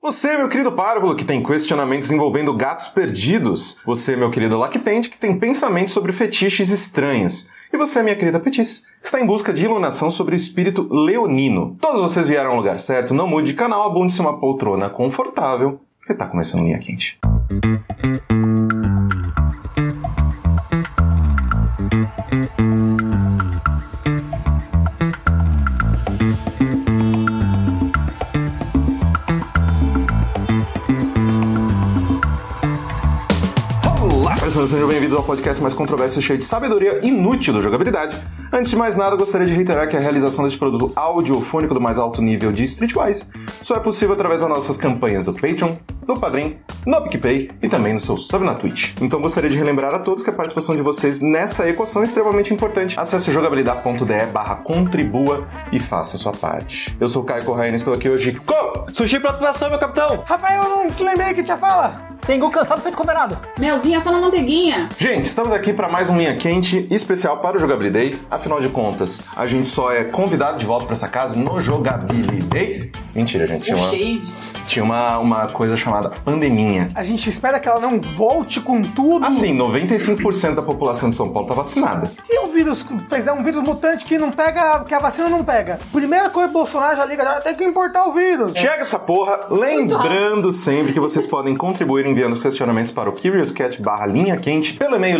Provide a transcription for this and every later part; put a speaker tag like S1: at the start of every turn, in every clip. S1: Você, meu querido párvulo, que tem questionamentos envolvendo gatos perdidos. Você, meu querido lactente, que tem pensamentos sobre fetiches estranhos. E você, minha querida Petis, que está em busca de iluminação sobre o espírito leonino. Todos vocês vieram ao lugar certo, não mude de canal, abunde-se uma poltrona confortável, porque tá começando linha quente. Olá, pessoas, sejam bem-vindos ao podcast mais controverso e cheio de sabedoria inútil da jogabilidade. Antes de mais nada, gostaria de reiterar que a realização deste produto audiofônico do mais alto nível de Streetwise só é possível através das nossas campanhas do Patreon, do Padrim, no PicPay e também no seu sub na Twitch. Então gostaria de relembrar a todos que a participação de vocês nessa equação é extremamente importante. Acesse jogabilidade.de barra contribua e faça a sua parte. Eu sou o Caio Corraine e estou aqui hoje com...
S2: Sushi pra atuação, meu capitão!
S3: Rafael, eu não se lembrei que tinha fala. Tem gol cansado feito condenado.
S4: Melzinha só na manteiguinha.
S1: Gente, estamos aqui para mais um Linha Quente especial para o Jogabilidade. Afinal de contas, a gente só é convidado de volta para essa casa no Jogabilidade. Mentira, gente. Tinha, uma, tinha uma, uma coisa chamada pandeminha.
S3: A gente espera que ela não volte com tudo.
S1: Assim, 95% da população de São Paulo tá vacinada.
S3: Se o vírus fizer um vírus mutante que não pega, que a vacina não pega, primeira coisa que o Bolsonaro já liga, já tem que importar o vírus.
S1: Chega dessa porra, lembrando sempre que vocês podem contribuir enviando os questionamentos para o CuriousCat barra linha quente, pelo e-mail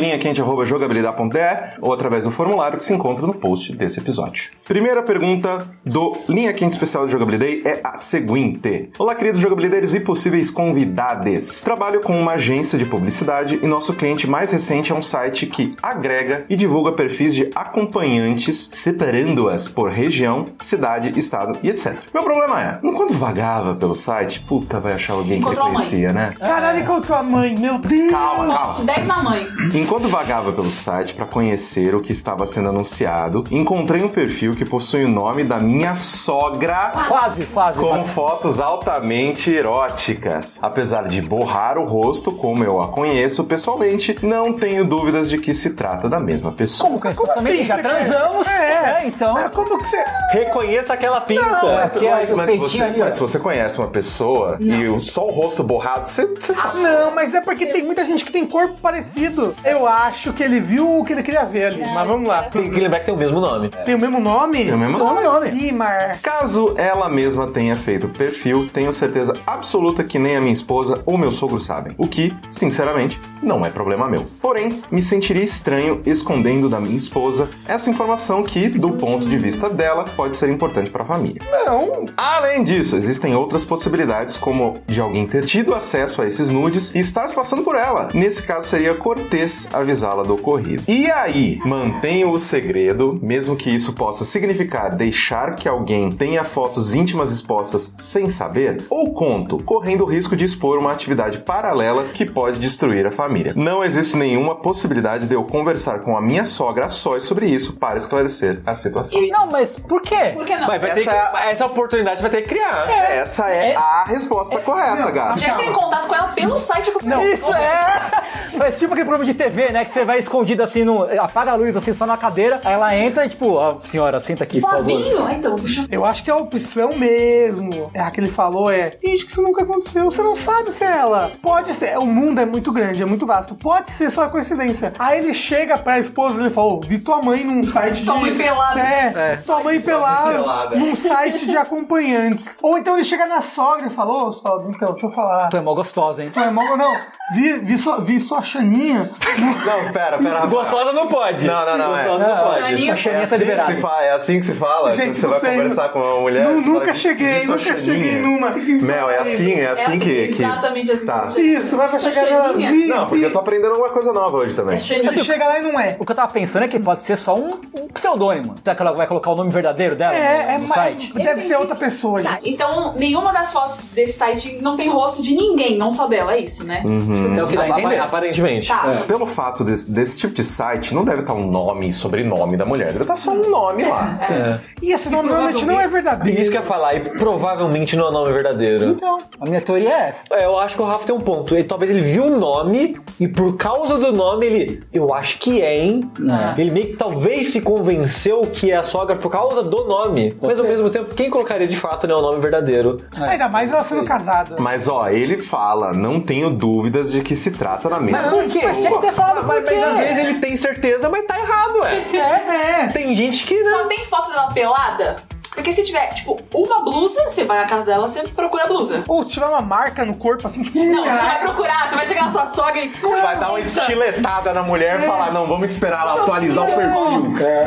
S1: linhaquente.jogabilidade.de ou através do formulário que se encontra no post desse episódio. Primeira pergunta do Linha Quente Especial de Jogabilidade é a seguinte. Olá, queridos jogabilideiros e possíveis convidades. Trabalho com uma agência de publicidade e nosso cliente mais recente é um site que agrega e divulga perfis de acompanhantes, separando-as por região, cidade, estado e etc. Meu problema é, enquanto vagava pelo site, puta, vai achar alguém que ele
S4: Encontrou a mãe.
S1: conhecia, né?
S3: Caralho, encontrou a mãe, meu Deus.
S1: Calma, calma.
S4: Nossa, 10 mamãe.
S1: Enquanto vagava pelo site para conhecer o que estava sendo anunciado, encontrei um perfil que possui o nome da minha sogra
S3: Quase, quase.
S1: com fotos altamente eróticas. Apesar de borrar o rosto, como eu a conheço pessoalmente, não tenho dúvidas de que se trata da mesma pessoa.
S3: Como, cara?
S1: Como
S3: Como assim?
S2: Já
S3: Você
S2: transamos.
S3: É,
S2: É, então.
S3: É, como que você...
S2: Reconheça aquela pinta.
S1: Mas,
S2: Aqui é
S1: mas-
S2: o
S1: mas
S2: peitinho
S1: você,
S2: ali, ó.
S1: mas se você conhece uma pessoa e o- só o rosto borrado, você, você sabe.
S3: Não, mas é porque tem muita gente que tem corpo parecido. Eu acho que ele viu o que ele queria ver ali.
S2: Mas vamos lá. Tem que lembrar que tem o mesmo nome.
S3: Tem o mesmo nome?
S1: Tem o mesmo
S3: Tem
S2: nome.
S3: Ih, Mar.
S1: Caso ela mesma tenha feito o perfil, tenho certeza absoluta que nem a minha esposa ou meu sogro sabem. O que, sinceramente, não é problema meu. Porém, me sentiria estranho escondendo da minha esposa essa informação que, do ponto de vista dela, pode ser importante para a família.
S3: Não.
S1: Além disso, existem outras possibilidades, como de alguém ter tido acesso a esses nudes e estar se passando por ela. Nesse caso, seria cortês avisá-la do ocorrido. E aí, mantenho o segredo, mesmo que isso possa significar deixar que alguém tenha fotos íntimas expostas sem saber, ou conto, correndo o risco de expor uma atividade paralela que pode destruir a família. Não existe nenhuma possibilidade de eu conversar com a minha sogra a sós sobre isso para esclarecer a situação.
S2: Não, mas por quê?
S4: Por que não?
S2: Mas vai ter
S1: Essa-
S2: que- essa oportunidade vai ter que criar.
S1: Essa é,
S2: É-
S1: a resposta correta, gato.
S4: Já entrei em contato com ela pelo site.
S3: Não.
S5: Isso é! Mas tipo aquele programa de TV, né? Que você vai escondido assim, no, apaga a luz assim só na cadeira, aí ela entra e tipo, ó, senhora, senta aqui, por favor.
S4: Flavinho? Ah, Então, deixa eu...
S3: Eu acho que é a opção mesmo, é a que ele falou, é finge que isso nunca aconteceu, você não sabe se é ela. Pode ser, o mundo é muito grande, é muito vasto, pode ser só coincidência. Aí ele chega pra esposa e ele fala, "Ô, vi tua mãe num site
S4: Tua
S3: de...
S4: mãe pelada."
S3: É, tua mãe pelada
S1: pelada.
S3: num site de acompanhantes. Ou então ele chega na sogra e fala, ô sogra, então, deixa eu falar.
S5: Tu é mó gostosa, hein?
S3: Tua irmã, não, vi, vi, sua, vi sua chaninha...
S1: Não, pera, pera. Rafael.
S2: Gostosa não pode.
S1: Não, não, não. É,
S2: Gostosa não pode.
S4: Chaninha.
S5: A
S1: é,
S5: chaninha tá
S1: assim que
S5: liberada.
S1: se fa- é assim que se fala?
S3: Gente,
S1: Quando você
S3: não
S1: vai
S3: sei.
S1: conversar com uma mulher?
S3: Nu-
S1: você fala
S3: nunca
S1: que você
S3: cheguei,
S1: viu sua
S3: nunca
S1: chaninha.
S3: cheguei numa.
S1: Mel, é assim, é assim
S4: assim,
S1: que... que-
S4: exatamente assim.
S1: Tá.
S3: Isso, vai pra
S4: Sua
S3: chegar na...
S4: chaninha.
S3: Vi,
S1: Não, porque eu tô aprendendo alguma coisa nova hoje também.
S4: É chaninha.
S3: Ele chega lá e não é.
S5: O que eu tava pensando é que pode ser só um, um pseudônimo. Será que ela vai colocar o nome verdadeiro dela no,
S3: É, é
S5: no
S3: ma-
S5: site?
S4: Eu
S3: deve
S4: entendi.
S3: ser outra pessoa.
S4: Tá,
S3: gente.
S4: então nenhuma das fotos desse site não tem rosto de ninguém, não só dela, é isso, né?
S1: Uhum.
S4: Tipo assim,
S5: É o que dá a
S2: Hum. Apa-
S5: entender.
S2: Aparentemente.
S4: Tá.
S1: É, Pelo fato desse, desse tipo de site, não deve estar um nome e sobrenome da mulher. Deve estar só um nome lá.
S2: É.
S3: E esse nome normalmente não é verdadeiro.
S2: Isso que eu ia falar. E Provavelmente não é o nome verdadeiro.
S5: Então, a minha teoria é essa.
S2: É, eu acho que o Rafa tem um ponto. Ele, talvez ele viu o nome e por causa do nome ele. Eu acho que é, hein?
S4: É.
S2: Ele meio que talvez se convenceu que é a sogra por causa do nome. Mas ao mesmo tempo, quem colocaria de fato né, o nome verdadeiro?
S3: Ainda mais ela sendo casada.
S1: Mas ó, ele fala, não tenho dúvidas de que se trata da mesma.
S3: Por quê?
S5: Mas tinha que ter falado por
S2: Mas,
S5: quê?
S2: mas às vezes ele tem certeza, mas tá errado, é.
S3: É, é.
S2: Tem gente que não.
S4: Só tem foto dela pelada? Porque se tiver, tipo, uma blusa, você vai na casa dela, você procura a blusa.
S3: Ou se tiver uma marca no corpo, assim, tipo...
S4: Não, você vai
S3: caralho.
S4: procurar, você vai chegar na sua sogra e.
S1: Vai dar uma estiletada na mulher e falar, não, vamos esperar ela atualizar o perfil.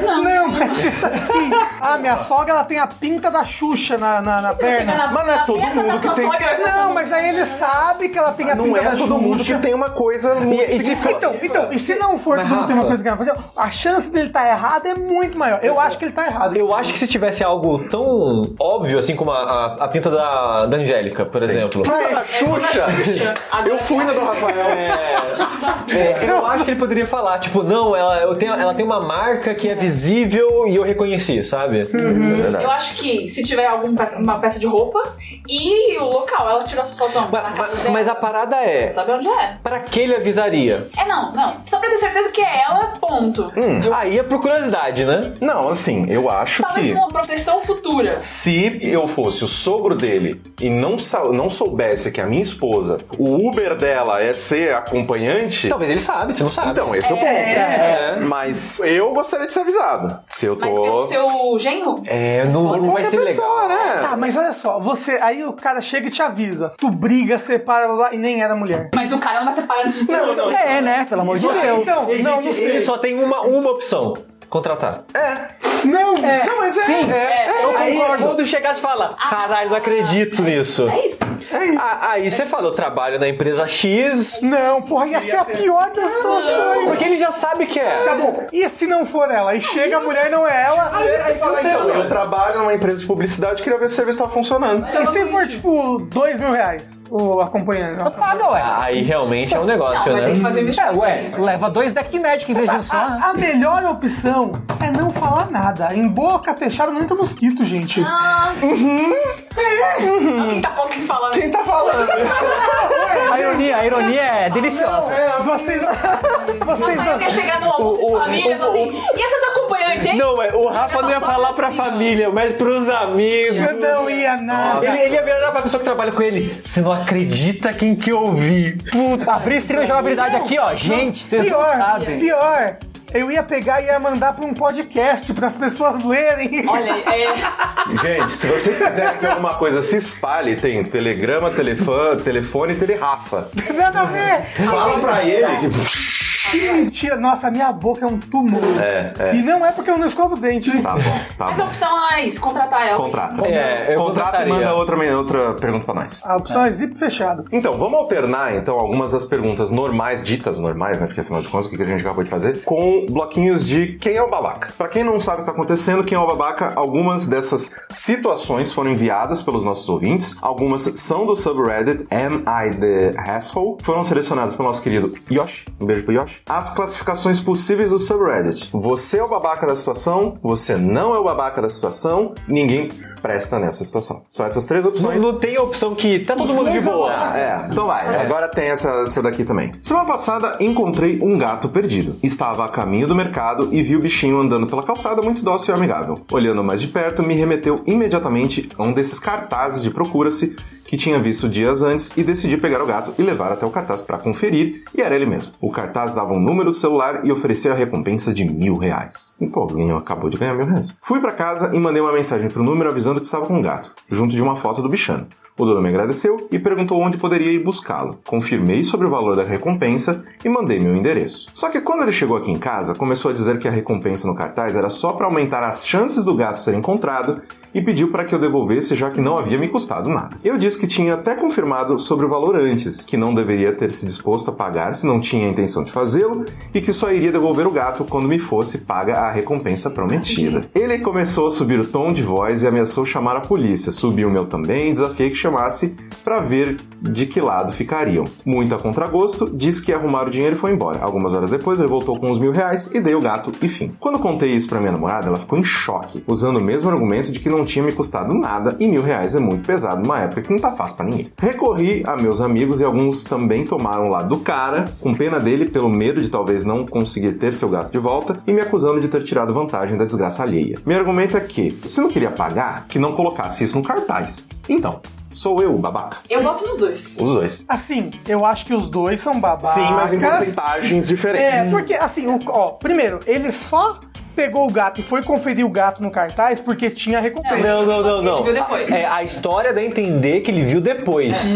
S4: Não,
S3: Não, mas tipo assim... Ah, minha sogra, ela tem a pinta da Xuxa na, na, na
S4: você vai chegar
S3: perna.
S4: na,
S1: Mas não é
S4: na
S1: todo
S4: perna
S1: mundo
S4: da
S1: que
S4: tua
S1: tem-
S4: sogra.
S3: Não, mas aí ele sabe que ela tem a
S1: Não
S3: pinta
S1: é
S3: da
S1: todo
S3: Xuxa.
S1: mundo que tem uma coisa muito
S2: e se for-
S1: significativa.
S3: Então, então, e se não for
S2: Mas,
S3: todo mundo tem uma
S2: Rafa-
S3: coisa que ela vai fazer, a chance dele estar tá errado é muito maior. Eu acho que ele tá errado.
S2: Eu acho que se tivesse algo tão óbvio assim como a, a, a pinta da, da Angélica, por exemplo.
S3: Mas-
S4: Xuxa. Agora
S1: Eu fui na do Rafael.
S2: É, eu acho que ele poderia falar, tipo, não, ela, eu tenho, ela tem uma marca que é visível e eu reconheci, sabe?
S1: Isso é verdade.
S4: Eu acho que se tiver alguma peça, uma peça de roupa e o local, ela tirou essa foto na
S2: Mas,
S4: casa
S2: mas-
S4: dela.
S2: mas a parada é,
S4: Sabe onde é?
S2: pra que ele avisaria?
S4: É, não, não. Só pra ter certeza que é ela, ponto.
S2: Aí é por curiosidade, né?
S1: Não, assim, eu acho
S4: Talvez
S1: que.
S4: uma proteção futura.
S1: Se eu fosse o sogro dele e não, sa- não soubesse que a minha esposa, o Uber dela é ser acompanhante.
S2: Talvez ele sabe, você não sabe.
S1: Então, esse é o ponto. É. Mas eu gostaria de ser avisado. Se eu
S4: Mas pelo
S1: tô.
S4: seu genro?
S2: é, não, não vai
S1: Qualquer
S2: ser legal.
S1: pessoa, né?
S3: Tá, mas olha só, você. Aí o cara chega e te avisa. Tu briga, separa, blá, blá, e nem era mulher.
S4: Mas o cara não vai separar antes de ter
S3: Não, não.
S5: É, né? Pelo amor de
S3: Vai,
S5: Deus.
S3: então.
S2: Ele,
S3: Não,
S2: gente,
S3: não sei.
S2: ele só tem uma, uma opção. Contratar.
S3: Não!
S5: Não, mas é. Sim.
S4: É,
S5: Eu
S2: Aí
S5: concordo.
S2: quando chegar, você fala, caralho, não acredito nisso.
S4: é isso.
S2: A- Aí você fala, eu trabalho na empresa X,
S3: Não, porra, ia ser a pior das situações.
S2: porque ele já sabe que é.
S3: Tá bom. E se não for ela? E chega a mulher não é ela.
S1: Aí fala, então, eu trabalho numa empresa de publicidade queria ver se o serviço tava funcionando.
S3: E se for, tipo, dois mil reais o acompanhante? né?
S5: Paga, ué.
S2: Aí realmente é um
S4: Não,
S2: negócio,
S4: vai ter que
S2: né?
S4: fazer um
S5: É,
S4: investimento.
S5: ué. Leva dois deck magic em vez de um só. né?
S1: Tá.
S3: A, a melhor opção é não falar nada. Em boca fechada não entra mosquito, gente.
S4: Ah. Ah, Quem tá falando, quem fala, né?
S1: Quem tá falando?
S5: A ironia, a ironia é deliciosa.
S3: É, vocês. vocês
S4: Mas
S3: não.
S4: quer chegar no almoço
S2: O- o-
S4: de família,
S2: o-
S4: fala assim, e essas acompanhantes, hein?
S2: Não, ué, o Rafa não ia falar pra família, mas pros amigos.
S3: Eu não ia é nada.
S2: Ele, ele ia virar pra pessoa que trabalha com ele. Você não acredita quem que eu vi. Puta.
S5: Abrir estrela de jogabilidade aqui, ó. Gente, vocês não
S3: Pior,
S5: sabem.
S3: pior. Eu ia pegar e ia mandar pra um podcast para as pessoas lerem.
S4: Olha, é...
S1: Gente, se vocês quiserem que alguma coisa se espalhe, tem telegrama, telefã, telefone e telerafa.
S3: Nada a ver.
S1: Fala pra ele que.
S3: Que mentira. Nossa, a minha boca é um túmulo.
S1: É, é.
S3: E não é porque eu não escovo o dente.
S1: Tá bom, tá
S4: Mas a
S1: bom.
S4: opção é isso, contratar ela.
S1: Contrata.
S2: É,
S1: Contrata e
S2: eu contrataria.
S1: manda outra, outra pergunta pra nós.
S3: A opção é, zip fechado.
S1: Então, vamos alternar então algumas das perguntas normais, ditas normais, né? Porque afinal de contas, o que a gente acabou de fazer, com bloquinhos de quem é o babaca. Pra quem não sabe o que tá acontecendo, quem é o babaca, algumas dessas situações foram enviadas pelos nossos ouvintes, algumas são do subreddit Am I the Asshole? Foram selecionadas pelo nosso querido Yoshi. Um beijo pro Yoshi. As classificações possíveis do subreddit. Você é o babaca da situação, você não é o babaca da situação, ninguém presta nessa situação. São essas três
S2: Não,
S1: opções.
S2: não tem opção que tá todo mundo de boa.
S1: Ah, é. Então vai, agora tem essa, essa daqui também. Semana passada encontrei um gato perdido. Estava a caminho do mercado e vi o bichinho andando pela calçada muito dócil e amigável. Olhando mais de perto, me remeteu imediatamente a um desses cartazes de procura-se que tinha visto dias antes e decidi pegar o gato e levar até o cartaz para conferir, e era ele mesmo. O cartaz dava um número do celular e oferecia a recompensa de mil reais. Então alguém acabou de ganhar mil reais. Fui para casa e mandei uma mensagem pro número avisando que estava com o gato, junto de uma foto do bichano. O dono me agradeceu e perguntou onde poderia ir buscá-lo. Confirmei sobre o valor da recompensa e mandei meu endereço. Só que quando ele chegou aqui em casa, começou a dizer que a recompensa no cartaz era só para aumentar as chances do gato ser encontrado e pediu para que eu devolvesse já que não havia me custado nada. Eu disse que tinha até confirmado sobre o valor antes, que não deveria ter se disposto a pagar se não tinha a intenção de fazê-lo e que só iria devolver o gato quando me fosse paga a recompensa prometida. Ele começou a subir o tom de voz e ameaçou chamar a polícia. Subiu o meu também e desafiei que chamasse para ver de que lado ficariam. Muito a contragosto, disse que ia arrumar o dinheiro e foi embora. Algumas horas depois, ele voltou com uns mil reais e dei o gato e fim. Quando contei isso pra minha namorada, ela ficou em choque, usando o mesmo argumento de que não não tinha me custado nada e mil reais é muito pesado numa época que não tá fácil pra ninguém. Recorri a meus amigos e alguns também tomaram o lado do cara, com pena dele pelo medo de talvez não conseguir ter seu gato de volta e me acusando de ter tirado vantagem da desgraça alheia. Meu argumento é que, se não queria pagar, que não colocasse isso no cartaz. Então, sou eu o babaca.
S4: Eu voto nos dois.
S1: Os dois.
S3: Assim, eu acho que os dois são babacas.
S1: Sim, mas em tá porcentagens
S3: É,
S1: diferentes.
S3: porque assim, o- ó, primeiro, ele só pegou o gato e foi conferir o gato no cartaz porque tinha recompensa.
S2: Não, não, não, não.
S4: Ele viu depois.
S2: É, a história dá a entender que ele viu depois.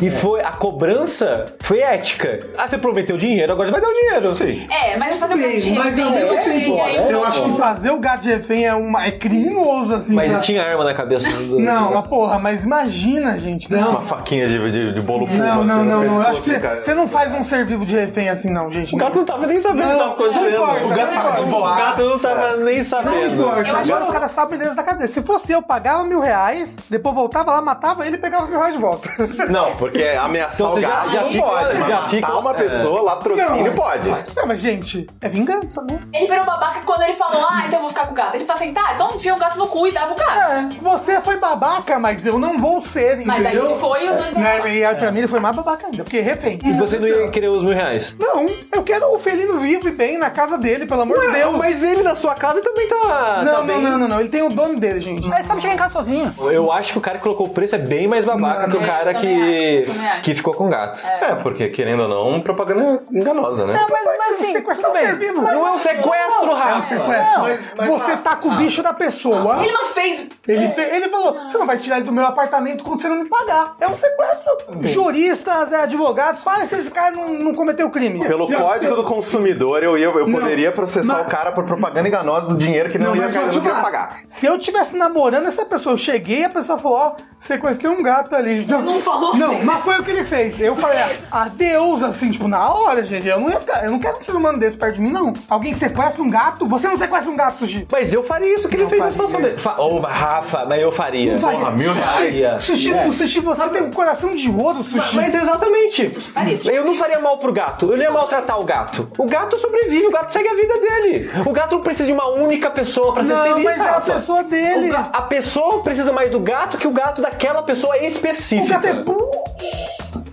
S2: E foi. A cobrança foi ética. Ah, você prometeu dinheiro, agora você vai dar o dinheiro.
S1: Sim.
S4: É, mas fazer o que de
S6: mas ao mesmo
S4: refém, eu
S6: tempo,
S4: achei,
S6: olha,
S4: aí
S3: Eu acho que fazer o gato de refém é, uma, é criminoso, assim.
S2: Mas
S3: sabe?
S2: tinha né? arma na cabeça do.
S3: Não, mas porra, mas imagina, gente. Não,
S1: Uma faquinha de, de, de bolo puro,
S3: não,
S1: assim, no
S3: não, não. não. Eu acho
S1: pescoço,
S3: que você-
S1: cara.
S3: você não faz um ser vivo de refém assim, não, gente.
S2: O gato não tava nem sabendo o que tava
S3: Não, não
S2: acontecendo.
S3: importa,
S2: o,
S3: não
S2: gato,
S3: importa.
S2: o gato não tava nem
S3: Não
S2: sabendo.
S3: importa.
S4: Eu acho
S3: Agora o
S4: que-
S3: é cara sabe beleza da cadeia. Se fosse eu, pagava mil reais, depois voltava lá, matava ele e pegava os mil reais de volta.
S1: Não, porque é ameaçar
S2: Então você
S1: o
S2: já-
S1: gato
S2: já
S1: não
S2: fica-
S1: pode.
S2: já
S1: mas
S2: fica-
S1: matar uma pessoa, latrocínio
S3: Não.
S1: pode.
S3: Não, mas, gente, é vingança, né?
S4: Ele virou babaca quando ele falou, ah, então eu vou ficar com o gato. Ele falou assim, tá, então enfia o gato no cu e dava o gato.
S3: É, você foi babaca, mas eu não vou ser, É, entendeu?
S4: Mas aí ele foi e os dois
S3: Né,
S4: vão-
S3: E aí, pra mim ele foi mais babaca ainda, porque é refém.
S2: E você não ia querer os mil reais.
S3: Não, eu quero o felino vivo e bem na casa dele, pelo amor de Deus.
S2: Mas ele na sua casa também tá. tá
S3: Não, não,
S2: bem.
S3: não, não, não. Ele tem o dono dele, gente.
S5: Ele sabe chegar em casa sozinho.
S2: Eu acho que o cara que colocou o preço é bem mais babaca que o
S4: é,
S2: cara
S4: eu
S2: que,
S4: também acho, eu também acho.
S2: que ficou com o gato.
S1: É, porque querendo ou não, propaganda é enganosa, né?
S5: mas,
S3: Mas assim, sequestrar um ser vivo.
S2: Não é um sequestro, Rafa.
S3: é Sequestro.
S1: ah,
S3: você tá com o bicho da pessoa.
S4: Ele não fez.
S3: Ele, fe- ele falou: você não vai tirar ele do meu apartamento quando você não me pagar. É um sequestro. Juristas, é, advogados, fala se esse cara não, não cometeu crime.
S1: Pelo código do consumidor, eu, ia- eu poderia processar
S3: Mas-
S1: o cara por propaganda enganosa do dinheiro que não, ia
S3: mas eu
S1: pagar,
S3: te
S1: não queria
S3: falar,
S1: pagar.
S3: Se eu tivesse namorando essa pessoa, eu cheguei e a pessoa falou, ó, sequestrei um gato ali.
S4: não falou
S3: Não,
S4: assim.
S3: mas foi o que ele fez. Eu falei, ah, adeus, assim, tipo, na hora, gente. Eu não ia ficar, eu não quero um ser humano desse perto de mim, não. Alguém que sequestra um gato? Você não sequestra um gato, Sushi.
S2: Mas eu faria isso que ele
S3: Não
S2: fez na
S3: faria
S2: situação dele. Fa- Ô, Rafa, mas eu faria.
S1: Porra, mil reais.
S3: Sushi, o sushi, você tem um coração de ouro, sushi.
S2: Mas exatamente.
S4: faria isso.
S2: Eu não faria mal pro gato. Eu não ia maltratar o gato. O gato sobrevive, o gato segue a vida dele. O gato não precisa de uma única pessoa pra ser
S3: não,
S2: feliz.
S3: mas é a
S2: Rafa.
S3: pessoa dele.
S2: O ga- A pessoa precisa mais do gato que o gato daquela pessoa
S3: O
S2: específica.
S3: gato é burro.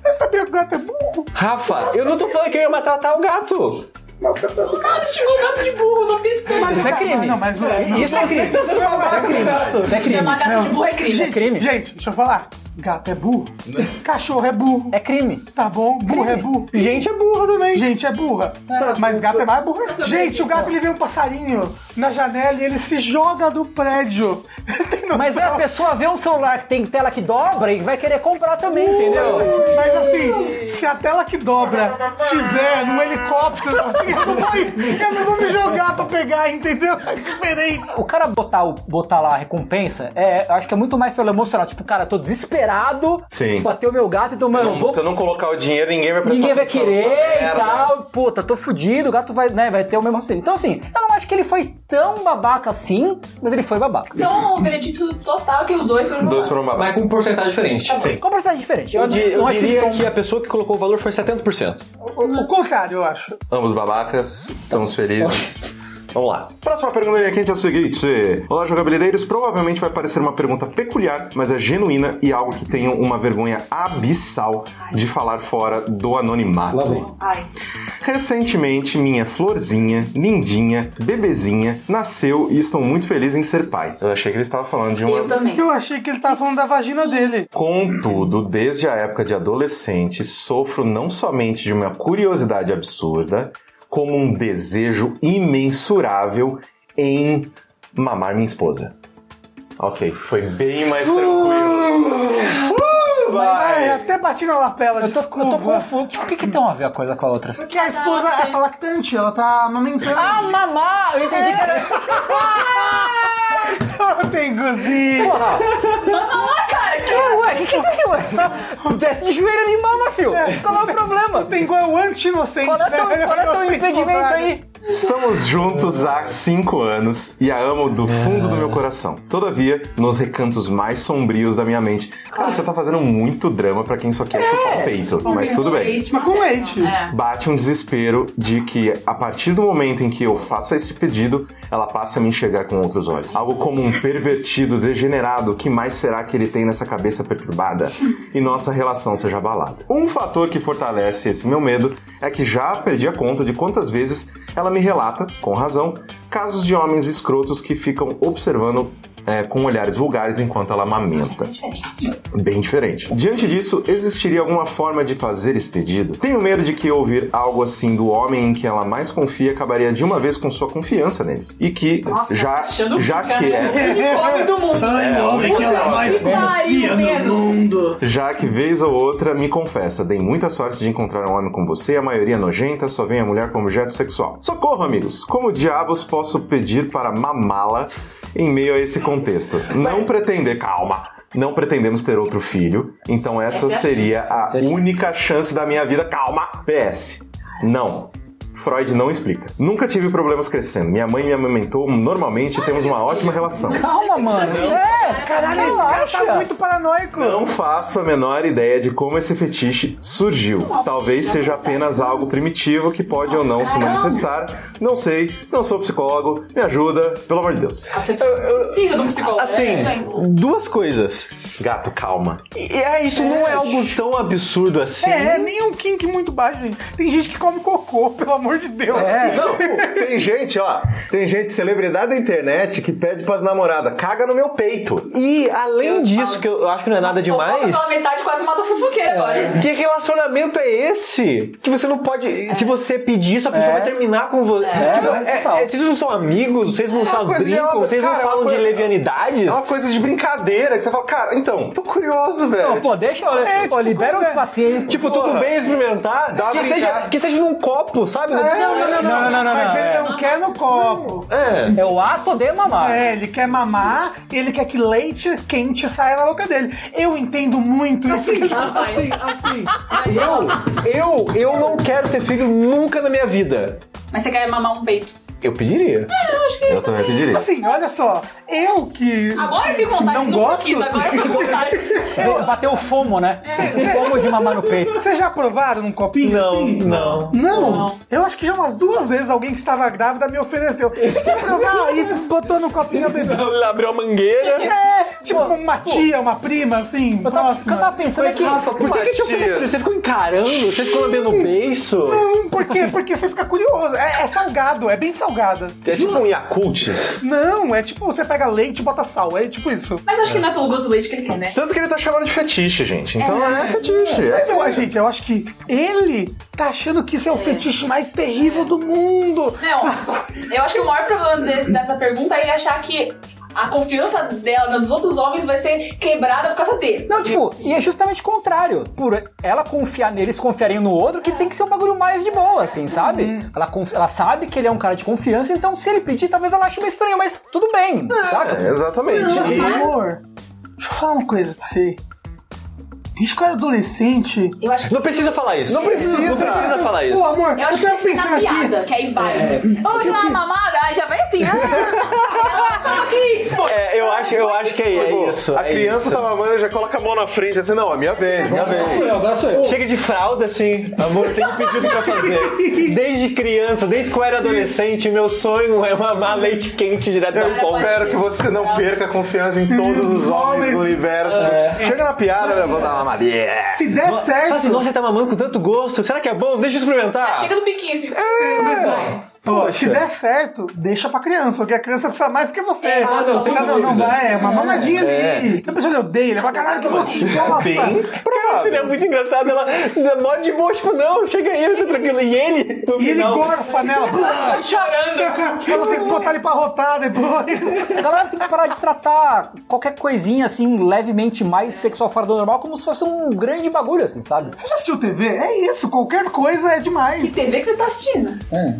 S3: Eu sabia que o gato é burro.
S2: Rafa, eu não tô falando que eu ia maltratar o gato.
S4: O gato chegou o gato de burro, só porque
S3: Mas o
S4: esse
S5: Isso é
S3: gato-
S5: crime.
S3: Não, mas o- não.
S5: Isso é crime.
S2: Você não vai maltratar o gato.
S5: Isso é crime.
S4: Chamar gato de burro é crime.
S3: Gente,
S5: crime. Né?
S3: Gente, deixa eu falar. Gato é burro. Cachorro é burro.
S5: É crime.
S3: Tá bom? Burro é burro.
S2: Gente é burra também.
S3: Gente é burra. Mas gato é mais burra. Gente, o gato ele vê um passarinho na janela e ele se joga do prédio. Tem noção?
S5: Mas a pessoa vê um celular que tem tela que dobra e vai querer comprar também, entendeu?
S3: Mas assim, se a tela que dobra estiver num helicóptero, assim, eu, não vou, eu não vou me jogar pra pegar, entendeu? É diferente.
S5: O cara botar, o, botar lá a recompensa, é, eu acho que é muito mais pelo emocional. Tipo, cara, tô desesperado
S1: Sim.
S5: pra ter o meu gato, então, mano, vou,
S1: Se eu não colocar o dinheiro, ninguém vai prestar
S5: ninguém vai
S1: atenção nessa
S5: querer e
S1: merda.
S5: tal. Puta, tô fudido, o gato vai, né, vai ter o mesmo raciocínio. Então, assim, eu não acho que ele foi tão babaca assim, mas ele foi babaca.
S4: Então, o veredito total é que os dois foram
S1: Dois foram
S2: Mas
S1: babaca.
S2: com um porcentagem diferente.
S1: Sim.
S5: Qual porcentagem diferente? Eu,
S2: Eu, di- eu
S5: não acho que é um
S2: diria
S5: eles são...
S2: que a pessoa que colocou o valor foi 70%.
S3: O, o contrário, eu acho.
S1: Ambos babacas, estamos felizes. Vamos lá. Próxima pergunta da linha quente é o seguinte: Olá, jogabilideiros. Provavelmente vai parecer uma pergunta peculiar, mas é genuína e algo que tenho uma vergonha abissal de falar fora do anonimato.
S4: Ai.
S1: Recentemente, minha florzinha, lindinha, bebezinha, nasceu e estou muito feliz em ser pai. Eu achei que ele estava falando de uma.
S4: Eu também.
S3: Eu achei que ele tava falando da vagina dele.
S1: Contudo, desde a época de adolescente, sofro não somente de uma curiosidade absurda, como um desejo imensurável em mamar minha esposa. Ok, foi bem mais tranquilo. Uh,
S3: Ai,
S1: vai!
S3: até bati na lapela,
S5: Eu tô,
S3: desculpa.
S5: eu tô confuso. Tipo, o que, que tem uma a ver a coisa com a outra?
S3: Porque a esposa é lactante, ela tá amamentando.
S5: Ah, mamar! Eu entendi que era...
S3: tem gozinho.
S4: Mas não é, cara. Que...
S5: Ué, que, que tem, ué? Só desce de joelho e mama, fio. Qual é o problema?
S3: Tem igual o anti-inocente.
S5: Qual é o teu,
S3: né?
S5: qual é o teu
S3: Inocente
S5: impedimento
S3: contrário.
S5: aí?
S1: Estamos juntos há cinco anos e a amo do fundo do meu coração. Todavia, nos recantos mais sombrios da minha mente. Cara, você tá fazendo muito drama pra quem só quer chupar o peito, mas tudo bem.
S3: Mas com leite.
S4: É.
S1: Bate um desespero de que, a partir do momento em que eu faça esse pedido, ela passa a me enxergar com outros olhos. Algo como um pervertido, degenerado, que mais será que ele tem nessa cabeça perturbada? E nossa relação seja abalada. Um fator que fortalece esse meu medo é que já perdi a conta de quantas vezes ela me relata, com razão, casos de homens escrotos que ficam observando é, com olhares vulgares enquanto ela amamenta. Bem diferente. Diante disso, existiria alguma forma de fazer esse pedido? Tenho medo de que ouvir algo assim do homem em que ela mais confia acabaria de uma vez com sua confiança neles. E que,
S4: Nossa, tá
S1: já,
S4: achando
S1: já
S4: pica,
S1: que
S4: né?
S1: é.
S4: Uniforme do mundo.
S6: Ai, o homem que ela mais
S4: Puta que
S6: confia
S4: pariu,
S6: no mundo.
S1: Já que vez ou outra me confessa, dei muita sorte de encontrar um homem como você, a maioria nojenta, só vem a mulher como objeto sexual. Socorro, amigos! Como diabos posso pedir para mamá-la em meio a esse contexto? Não pretender, calma! Não pretendemos ter outro filho, então essa
S4: Essa é a
S1: seria a única chance da minha vida. Calma! PS. Não. Freud não explica. Nunca tive problemas crescendo. Minha mãe me amamentou normalmente e temos uma ótima relação.
S5: Calma, mano. É,
S3: Caralho, esse cara tá muito paranoico.
S1: Não faço a menor ideia de como esse fetiche surgiu. Talvez seja apenas algo primitivo que pode ou não se manifestar. Não sei, não sou psicólogo, me ajuda, pelo amor de Deus.
S4: Ah, Você precisa de um psicólogo.
S2: Assim,
S4: né?
S2: duas coisas.
S1: Gato, calma.
S2: E, é, isso não é algo tão absurdo assim.
S3: É, nem é um kink muito baixo, gente. Tem gente que come cocô, pelo amor de Deus.
S5: É.
S1: Não, tem gente, ó, tem gente, celebridade da internet, que pede pras namoradas, caga no meu peito.
S2: E além
S4: Eu-
S2: disso, que eu acho que não é nada
S4: Opa,
S2: demais.
S4: Pela metade quase mata o fofoqueiro agora.
S2: Que relacionamento é esse? Que você não pode. Se você pedir, sua pessoa
S5: É.
S2: vai terminar com você.
S4: É,
S5: total.
S2: vocês não são amigos, vocês não se
S1: É coisa de
S2: brincam,
S1: obra-
S2: vocês não
S1: cara, é uma
S2: falam de
S1: coisa-
S2: levianidades.
S1: É uma coisa de brincadeira que você fala, cara, então, tô curioso, velho.
S5: Não, pô, deixa eu.
S3: É,
S5: pô,
S3: tipo,
S5: libera
S3: como
S5: os
S3: é?
S5: pacientes.
S2: Tipo, tudo
S1: Porra. É,
S2: bem experimentar.
S1: Dá uma
S2: Que
S1: brincada.
S2: seja, que seja num copo, sabe?
S3: não, não, não,
S5: Não, não, não, não,
S3: Mas
S5: não,
S3: ele
S5: é.
S3: não quer no copo.
S2: É.
S5: É o ato de mamar.
S3: É, ele quer mamar, ele quer que leite quente saia na boca dele. Eu entendo muito isso. que ele tá falando.
S2: Assim, assim. Eu, eu, eu não quero ter filho nunca na minha vida.
S4: Mas você quer mamar um peito.
S2: Eu pediria.
S4: Eu acho que.
S1: Eu também pediria.
S3: Assim, olha só, eu que.
S4: Agora eu fiquei com
S3: que
S4: vontade.
S3: não
S4: nunca
S3: gosto.
S4: Quis, agora eu fiquei com vontade.
S5: É, Bateu o fomo, né? O fomo de mamar no peito.
S3: Vocês já provaram num copinho?
S2: Não,
S3: assim?
S2: não.
S3: Não,
S4: Não.
S3: eu acho que já umas duas vezes alguém que estava grávida me ofereceu. Quer provar? E botou no copinho eu bebi.
S2: Ele abriu a mangueira.
S3: É, tipo uma tia, uma prima, assim,
S5: Eu tava,
S3: próxima.
S5: eu tava pensando aqui.
S2: Rafa, por que, que te ofereceu? assim? Você ficou encarando? Você ficou lambendo o beiço?
S3: Não, por quê? Porque você fica curioso. É, é salgado, é bem salgado. assim.
S1: É tipo um Yakult.
S3: Não, é tipo, você pega leite e bota sal. É tipo isso.
S4: Mas acho que não é pelo gosto do leite que ele quer, né?
S1: Tanto que ele tá chamando de fetiche, gente. Então é, fetiche. É,
S3: Mas eu, ah, gente, eu acho que ele tá achando que isso é o fetiche mais terrível do mundo.
S4: Não, eu acho que o maior problema de- dessa pergunta é ele achar que a confiança dela nos outros homens vai ser quebrada por causa dele.
S5: Não, tipo, e é justamente o contrário. Por ela confiar nele, eles confiarem no outro, que tem que ser um bagulho mais de boa, assim, sabe? Ela, conf- ela sabe que ele é um cara de confiança, então se ele pedir, talvez ela ache meio estranho, mas tudo bem, saca?
S1: É, exatamente.
S3: Amor, deixa eu falar uma coisa pra você. Desde que eu era adolescente.
S4: Eu acho que.
S2: Não precisa falar isso. Não
S1: precisa.
S2: Não precisa falar isso.
S3: Pô, amor,
S4: Eu acho que
S3: tava
S4: tem que ser
S3: pensando
S4: na
S3: aqui.
S4: piada, que aí vai. Vamos tirar uma mamada? Aí já vem assim. Ah, toma aqui! Foi.
S2: É, eu acho, eu acho que é, é isso.
S1: a
S2: é
S1: criança
S2: isso.
S1: tá mamando e já coloca a mão na frente, assim, não, a minha vez, minha vez.
S5: eu, agora sou eu.
S2: Chega de fralda, assim. Amor, eu tenho um pedido pra fazer. Desde criança, desde que eu era adolescente, meu sonho é mamar leite quente direto
S1: Eu
S2: da bomba.
S1: espero que você não perca a confiança em todos os homens do universo.
S5: É.
S1: Chega na piada, né? vou dar uma madeira.
S3: Se der
S2: Fala assim,
S3: certo.
S2: nossa, você tá mamando com tanto gosto. Será que é bom? Deixa eu experimentar.
S4: Chega do biquinho assim.
S3: É.
S4: Vai.
S3: Pô, se der certo, deixa pra criança, porque a criança precisa mais do que você.
S4: É, ah, não,
S3: você
S4: sem
S3: não, não,
S2: dúvida.
S3: vai, é uma mamadinha ali. A pessoa odeia, ele fala, caralho, que gostosa.
S1: Bem
S2: Cara, seria
S1: provável.
S2: muito engraçado. Ela, mó de boa, tipo, não, chega aí, você tranquilo. E ele, no
S3: E ele
S2: final,
S3: gorfa nela.
S2: tá chorando.
S3: Ela tem que botar ele pra rotar depois.
S5: A galera tem que parar de tratar qualquer coisinha, assim, levemente mais sexual fora do normal, como se fosse um grande bagulho, assim, sabe?
S3: Você já assistiu TV? É isso, qualquer coisa é demais.
S4: Que TV que você tá assistindo?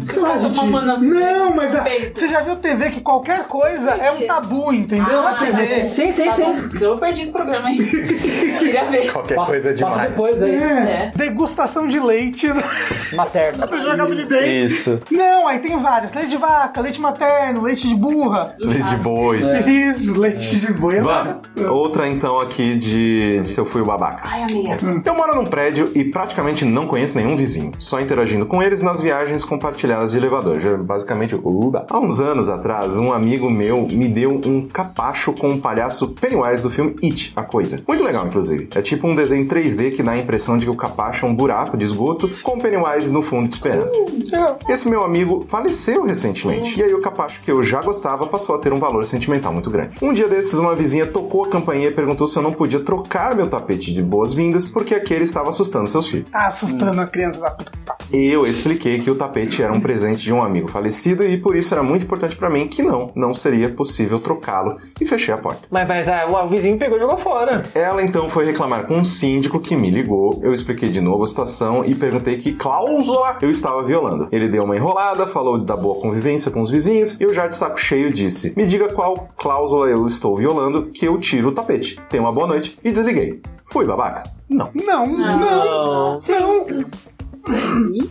S3: Você tá
S4: são mamanas.
S3: Não, mas a-
S4: Peito.
S3: você já viu TV que qualquer coisa é um tabu, entendeu?
S4: Ah,
S3: Na TV.
S5: Sim, sim,
S4: Tá bom,
S5: sim.
S4: eu perdi esse programa aí. Queria ver.
S1: Qualquer
S5: Passa,
S1: coisa demais.
S5: passa depois aí.
S4: É.
S3: Degustação de leite
S5: Materna.
S3: do jogabilidade.
S1: Isso.
S3: Não, aí tem várias. Leite de vaca, leite materno, leite de burra.
S5: Tá.
S1: Leite boi.
S5: É.
S3: Isso, leite de boi. é
S1: Vamos. Outra então aqui de Se Eu Fui o Babaca.
S4: Ai, amei essa.
S1: Eu moro num prédio e praticamente não conheço nenhum vizinho, só interagindo com eles nas viagens compartilhadas de elevador. Já, basicamente, uba. Há uns anos atrás, um amigo meu me deu um capacho com um palhaço Pennywise do filme It, a coisa. Muito legal, inclusive. É tipo um desenho 3D que dá a impressão de que o capacho é um buraco de esgoto com o Pennywise no fundo te esperando. Esse meu amigo faleceu recentemente. E aí o capacho que eu já gostava passou a ter um valor sentimental muito grande. Um dia desses, uma vizinha tocou a campainha e perguntou se eu não podia trocar meu tapete de boas-vindas, porque aquele estava assustando seus filhos.
S3: Tá assustando a criança da puta.
S1: Eu expliquei que o tapete era um presente de um amigo falecido e por isso era muito importante pra mim que não, não seria possível trocá-lo e fechei a porta.
S2: Mas, mas ah, o vizinho pegou e jogou fora.
S1: Ela então foi reclamar com um síndico que me ligou. Eu expliquei de novo a situação e perguntei que cláusula eu estava violando. Ele deu uma enrolada, falou da boa convivência com os vizinhos. Eu já de saco cheio disse: Me diga qual cláusula eu estou violando, que eu tiro o tapete. Tenha uma boa noite e desliguei. Fui babaca? Não.
S3: Não, não, não.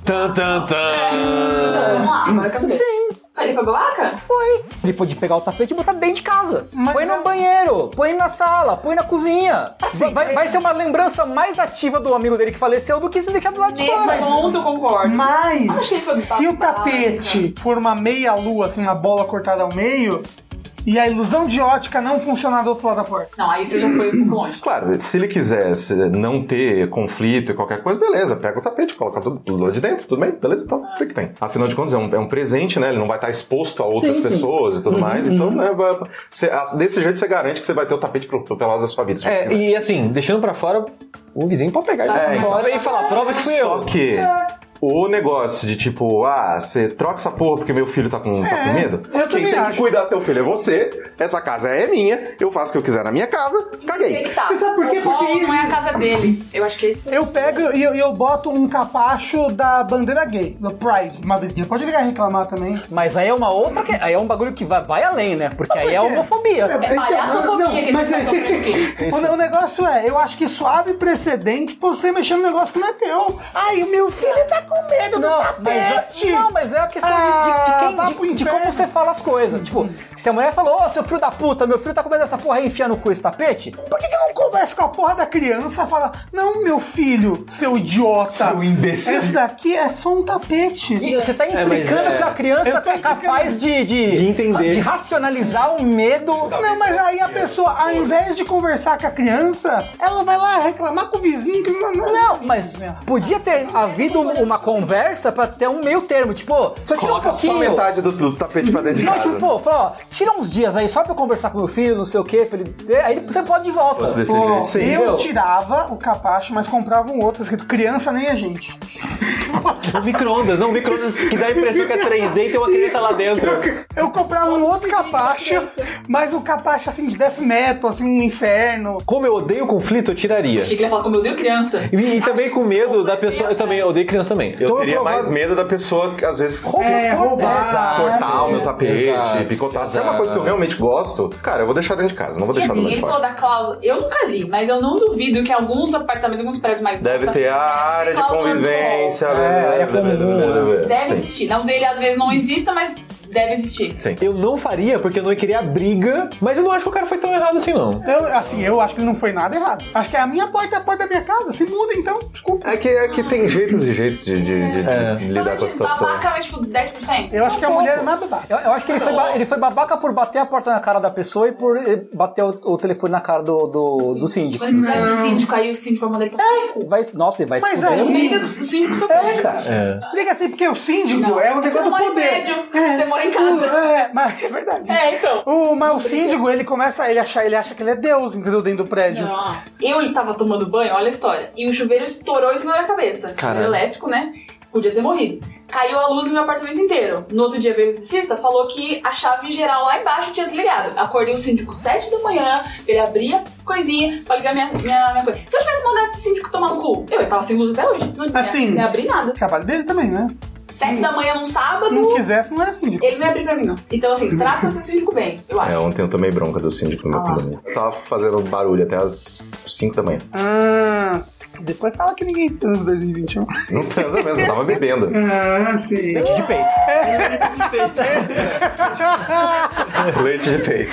S2: Tan, tan, tan.
S4: Vamos lá, agora quero saber.
S5: Sim.
S4: Ele foi babaca?
S5: Foi. Ele pode pegar o tapete e botar dentro de casa.
S3: Mas é
S5: põe no
S3: eu-
S5: banheiro, põe na sala, põe na cozinha.
S3: Assim,
S5: vai,
S3: é-
S5: vai ser uma lembrança mais ativa do amigo dele que faleceu do que se deixar do lado de
S4: Nesse
S5: fora.
S3: assim.
S4: ponto é eu concordo. Acho que ele foi
S3: Mas, se o
S4: babaca.
S3: tapete for uma meia lua, assim, uma bola cortada ao meio, e a ilusão de ótica não funcionar do outro lado da porta.
S4: Não, aí você já foi muito longe.
S1: Claro, se ele quisesse não ter conflito e qualquer coisa, beleza, pega o tapete, coloca tudo, tudo lá de dentro, tudo bem, beleza, então o que tem. Afinal de contas, é um, é um presente, né? Ele não vai estar exposto a outras
S5: Sim, sim.
S1: pessoas e tudo mais, então né, vai- você- a- desse jeito você garante que você vai ter o tapete pro, pro, pelo resto da sua vida. se você
S2: É,
S1: quiser.
S2: e assim, deixando pra fora, o vizinho pode pegar e jogar
S1: É, então.
S2: fora e falar, prova que fui
S1: Só
S2: eu.
S1: que o negócio de tipo, ah, você troca essa porra porque meu filho tá com, tá com medo.
S3: eu
S1: Quem
S3: também
S1: tem que
S3: acho.
S1: cuidar do teu filho é você, essa casa é minha, eu faço o que eu quiser na minha casa,
S4: Sei
S1: caguei.
S4: que tá.
S3: Você sabe por quê?
S4: O Paul
S3: Porque
S4: não é a
S3: ele-
S4: casa dele. Eu acho que é esse.
S3: Eu pego e eu, e eu boto um capacho da bandeira gay, do Pride, uma vizinha. Pode ligar e reclamar também.
S5: Mas aí é uma outra que. Aí é um bagulho que vai, vai além, né? Porque aí é homofobia.
S4: É palhaçofobia que ele
S3: mas
S4: tá
S3: é-
S4: sofrendo aqui.
S3: o, ne- o negócio é, eu acho que isso abre precedente pra você mexer no negócio que não é teu. Ai, o meu filho tá com medo do
S5: mas,
S3: tapete.
S5: é, não, mas é a questão
S3: Ah,
S5: de, de,
S3: vá
S5: de
S3: pro
S5: quem, de, de
S3: inferno.
S5: como você fala as coisas. Tipo, se a mulher falou, ô seu filho da puta, meu filho tá comendo essa porra aí, enfia no cu esse tapete.
S3: Por que, que eu não converso com a porra da criança e fala, não, meu filho, seu idiota. Seu imbecil. Esse daqui é só um tapete.
S5: E você tá
S2: mas
S5: implicando
S2: é-
S5: que a criança é capaz de, de,
S2: De entender.
S5: de racionalizar o medo.
S3: Não, mas aí
S5: é
S3: a pessoa, ao invés de conversar com a criança, ela vai lá reclamar com o vizinho que não. Não,
S5: Não, mas podia ter havido uma conversa pra ter um meio termo. Tipo, ô, só tira um
S1: Coloca só
S5: pouquinho.
S1: metade do, do tapete pra dentro de
S5: Não,
S1: casa.
S5: tipo, pô, fala, ó, tira uns dias aí só pra eu conversar com meu filho, não sei o quê, pra ele ter, aí você pode ir de volta.
S1: Fosse desse
S3: Ó,
S1: jeito. Sim.
S3: eu
S5: entendeu?
S3: tirava o capacho, mas comprava um outro escrito criança nem a gente.
S2: Micro-ondas, não, micro-ondas que dá a impressão que é 3D e tem uma criança lá dentro.
S3: Eu comprava um outro capacho, mas um capacho assim de death metal, assim, um inferno.
S2: Como eu odeio conflito, eu tiraria.
S4: Achei que ele ia falar como eu dei criança.
S2: E, e também com medo da pessoa. Eu também eu odeio criança também.
S1: Eu
S5: Então,
S1: teria
S5: eu
S1: mais
S5: provo-
S1: medo da pessoa que às vezes
S3: É, roubar.
S1: cortar o meu tapete,
S2: Exato,
S1: picotar. Se é
S2: exato.
S1: uma coisa que eu realmente gosto, cara, eu vou deixar dentro de casa, não vou
S4: E
S1: deixar no
S4: assim,
S1: meio
S4: ele
S1: de
S4: falou
S1: fora.
S4: da cláusula. Eu nunca li, mas eu não duvido que alguns apartamentos, alguns prédios mais
S1: Deve
S4: novos,
S1: ter a
S4: essa
S1: área de
S4: cláusula do
S1: convivência.
S4: rol.
S3: É,
S1: blá, blá, blá, blá, blá,
S3: né?
S1: blá, blá.
S4: Deve
S1: Sim,
S4: existir. Não dele às vezes não exista, mas deve existir.
S1: sim.
S2: Eu não faria porque eu não ia querer a briga, mas eu não acho que o cara foi tão errado assim, não.
S3: Eu, assim, eu acho que não foi nada errado. Acho que a minha porta é a porta da minha casa. Se muda, então, desculpa.
S1: É que, é que tem jeitos e jeitos de, de- de- de
S2: É.
S1: lidar com a situação.
S4: Então, Babaca, mas tipo 10%.
S3: Eu acho que a mulher é mais babaca.
S5: Eu, eu acho que ele foi, ba- ele foi babaca por bater a porta na cara da pessoa e por eh, bater o, o telefone na cara do, do, do síndico.
S4: Quando Tipo, ele precisa de síndico, aí o síndico vai mandar ele tomar no cu.
S5: Vai, nossa, ele vai
S3: Mas
S5: se fuder.
S3: aí-
S4: Eu meio que o síndico sou
S3: É,
S4: prédio.
S3: cara.
S2: É.
S3: Liga assim, porque o síndico
S4: Não,
S3: é um
S4: você
S3: negócio
S4: não
S3: do
S4: mora em
S3: poder.
S4: prédio, você mora em casa.
S3: O- É, mas é verdade.
S4: É, então.
S3: O, mas o síndico, ele começa, ele acha, ele acha que ele é Deus, entendeu? Dentro do prédio.
S4: Não. Eu tava tomando banho, olha a história. E o chuveiro estourou em cima da minha cabeça.
S2: Caralho.
S4: Chuveiro elétrico, né? Podia ter morrido. Caiu a luz no meu apartamento inteiro. No outro dia veio o eletricista, falou que a chave geral lá embaixo tinha desligado. Acordei o síndico 7 da manhã, ele abria coisinha pra ligar minha, minha, minha coisa. Se eu tivesse mandado esse síndico tomar no cu, eu ia tava sem luz até hoje. Não,
S3: Assim.
S4: não ia abrir nada.
S3: Trabalho dele também, né?
S4: sete da manhã num sábado,
S3: não quisesse, não era síndico.
S4: ele não ia abrir pra mim, não. Então, assim, trata seu síndico bem, eu acho.
S1: É, ontem eu tomei bronca do síndico do meu
S4: Ah.
S1: condomínio. Tava fazendo barulho até as 5 da manhã.
S3: Ah, depois fala que ninguém transa em 2021.
S1: Não transa mesmo, eu tava bebendo.
S3: Ah, sim.
S5: Leite de peito.
S1: Leite de peito.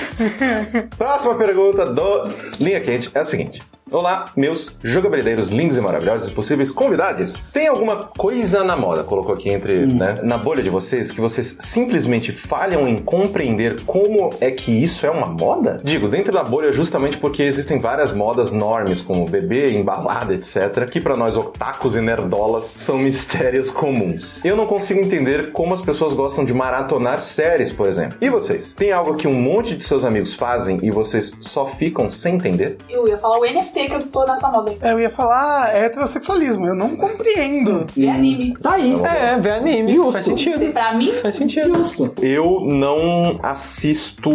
S1: Próxima pergunta do Linha Quente é a seguinte. Olá, meus jogabilideiros lindos e maravilhosos e possíveis convidados. Tem alguma coisa na moda, colocou aqui entre, né, na bolha de vocês, que vocês simplesmente falham em compreender como é que isso é uma moda? Digo, dentro da bolha justamente porque existem várias modas normes, como bebê, embalada, etc, que pra nós otakus e nerdolas são mistérios comuns. Eu não consigo entender como as pessoas gostam de maratonar séries, por exemplo. E vocês? Tem algo que um monte de seus amigos fazem e vocês só ficam sem entender?
S4: Eu ia falar o NFT que eu tô nessa moda aí.
S3: É, Eu ia falar "Ah, heterossexualismo, eu não compreendo.
S4: É anime.
S5: Tá aí.
S2: É, vê anime.
S5: Justo.
S2: Faz sentido.
S4: Pra mim,
S2: Faz sentido.
S5: Justo.
S1: Eu não assisto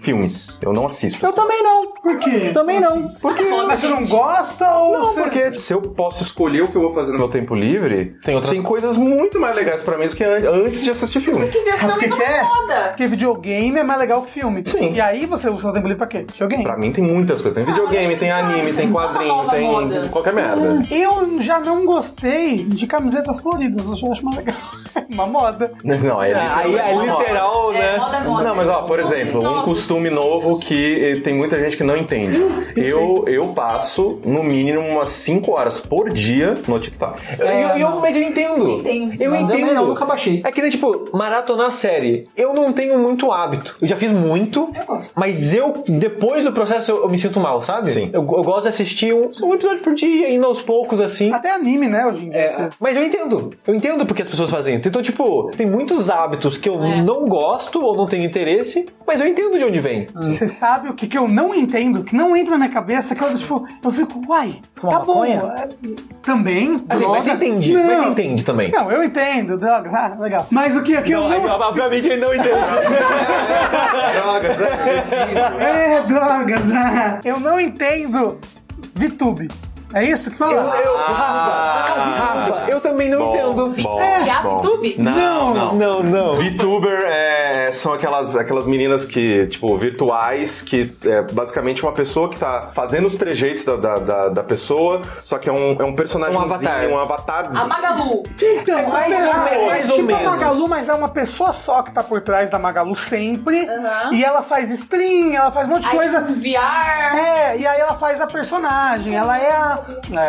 S1: filmes. Eu não assisto.
S5: Eu também não.
S3: Por quê? assim?
S5: Também não.
S3: Porque
S4: Foda,
S3: mas você não
S4: gente.
S3: gosta ou
S1: Não,
S3: você...
S1: porque se eu posso escolher o que eu vou fazer no meu tempo livre,
S2: Tem outras-
S1: coisas muito mais legais pra mim do que an- antes de assistir filme.
S4: tem que ver
S3: Sabe o
S4: filme
S3: que
S4: não
S3: que é?
S4: moda.
S3: Porque videogame é mais legal que filme.
S1: Sim.
S3: E aí você usa o tempo livre pra quê? Videogame.
S1: Pra mim tem muitas coisas. Tem videogame, Ah, tem anime, tem quadrinho, tem qualquer merda.
S3: Eu já não gostei de camisetas floridas, eu acho mais legal. É Uma moda.
S1: Não, é
S2: Aí é
S1: literalmente uma moda.
S2: literal,
S4: É,
S2: né?
S4: moda é moda.
S1: Não, mas ó, por
S4: Os
S1: exemplo,
S4: novos.
S1: um costume novo que eh, tem muita gente que não entende. Eu, eu passo, no mínimo, umas 5 horas por dia no TikTok.
S2: Eu- eu- mas eu entendo.
S4: Entendo.
S2: Eu
S5: Não,
S2: entendo.
S5: também não, nunca baixei.
S2: É que nem, tipo, maratonar série. Eu não tenho muito hábito. Eu já fiz muito,
S4: Eu gosto.
S2: mas eu, depois do processo, eu, eu me sinto mal, sabe?
S1: Sim.
S2: Eu, eu gosto de assistir um, um episódio por dia, indo aos poucos, assim.
S4: Ah,
S3: Até anime, né, hoje em dia.
S2: É,
S3: assim.
S2: mas eu entendo. Eu entendo porque as pessoas fazem. Então, tipo, tem muitos hábitos que eu
S4: É.
S2: não gosto ou não tenho interesse, mas eu entendo de onde vem.
S3: Você sabe o que, que eu não entendo, que não entra na minha cabeça, que eu, tipo, eu fico, uai,
S5: Fumar
S3: tá bom.
S5: maconha?
S3: é, Também?
S2: Assim, mas você
S3: drogas?
S2: entende,
S3: Não.
S2: mas você entende também.
S3: Não, eu entendo, drogas, ah, legal. Mas o que, o que eu não...
S2: Obviamente ele não entende.
S1: Drogas, é,
S3: É, drogas, ah, eu não entendo VTube. É isso que fala?
S2: Eu,
S1: Ah.
S2: Rafa, Rafa, eu também não entendo.
S4: E a VTube?
S1: Não, não.
S2: Não, não.
S1: VTuber é, são aquelas, aquelas meninas que, tipo, virtuais, que é basicamente uma pessoa que tá fazendo os trejeitos da, da, da- da pessoa, só que é um, é um personagem,
S2: Um avatar.
S1: um avatar.
S4: A Magalu.
S3: Então, é
S2: mais ou menos, mais ou
S3: tipo
S2: menos.
S3: a Magalu, mas é uma pessoa só que tá por trás da Magalu sempre.
S4: Aham.
S3: E ela faz stream, ela faz um monte de coisa.
S4: Aí, tipo, VR.
S3: É, e aí ela faz a personagem, ela é a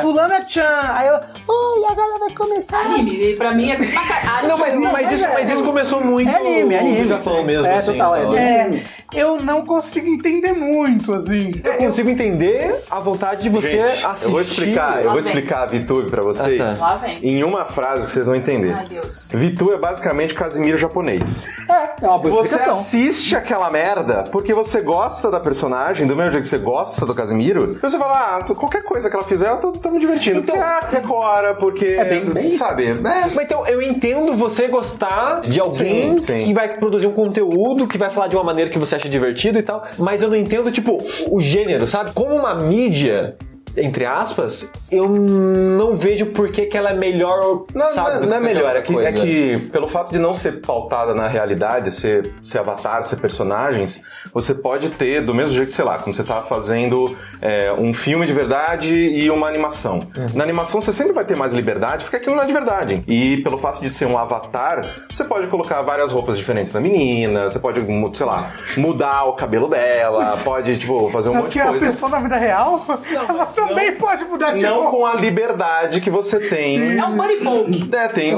S3: fulana é Chan, aí ela, oi, agora vai começar.
S4: Anime, pra mim é tudo pra caralho.
S2: Não, mas,
S3: Não,
S2: mas
S3: mas
S2: isso,
S3: é.
S2: mas isso começou muito
S5: É anime, é anime.
S2: no Japão mesmo,
S5: É,
S2: assim.
S5: total, é.
S2: então.
S3: É, eu não consigo entender muito, assim.
S2: Eu consigo entender a vontade de você
S1: Gente,
S2: assistir.
S1: eu vou explicar, eu vou
S4: Lá vem.
S1: explicar a VTube pra
S2: Ah,
S1: vocês
S2: tá.
S4: Lá vem.
S1: em uma frase que vocês vão entender.
S4: Ai, Deus.
S1: Vitu é basicamente o Casimiro japonês.
S5: É, é uma boa
S1: Você
S5: explicação.
S1: assiste aquela merda porque você gosta da personagem, do mesmo jeito que você gosta do Casimiro, e você fala, ah, qualquer coisa que ela fizer, eu tô, tô me divertindo. Porque é agora, porque. É
S5: Então- bem- bem isso.
S1: Sabe? É,
S2: Mas então, eu entendo você gostar de alguém
S1: Sim, sim.
S2: que vai produzir um conteúdo, que vai falar de uma maneira que você acha divertido e tal, mas eu não entendo, tipo, o gênero, sabe? Como uma mídia. Entre aspas, eu não vejo por que, que ela é melhor,
S1: Não,
S2: sabe?
S1: não é-
S2: do
S1: não é
S2: que
S1: melhor,
S2: outra
S1: é que,
S2: coisa.
S1: é que pelo fato de não ser pautada na realidade, ser, ser avatar, ser personagens, você pode ter, do mesmo jeito que, sei lá, como você tá fazendo é, um filme de verdade e uma animação.
S2: Uhum.
S1: Na animação você sempre vai ter mais liberdade, porque aquilo não é de verdade. E pelo fato de ser um avatar, você pode colocar várias roupas diferentes na menina, você pode, mu- sei lá, mudar o cabelo dela, pode, tipo, fazer um monte
S3: Porque
S1: de
S3: a
S1: coisa.
S3: pessoa na vida real, ela também pode mudar tipo, de
S1: Não
S3: roupa.
S1: com a liberdade que você tem
S4: É um buddy poke.
S1: é, tem.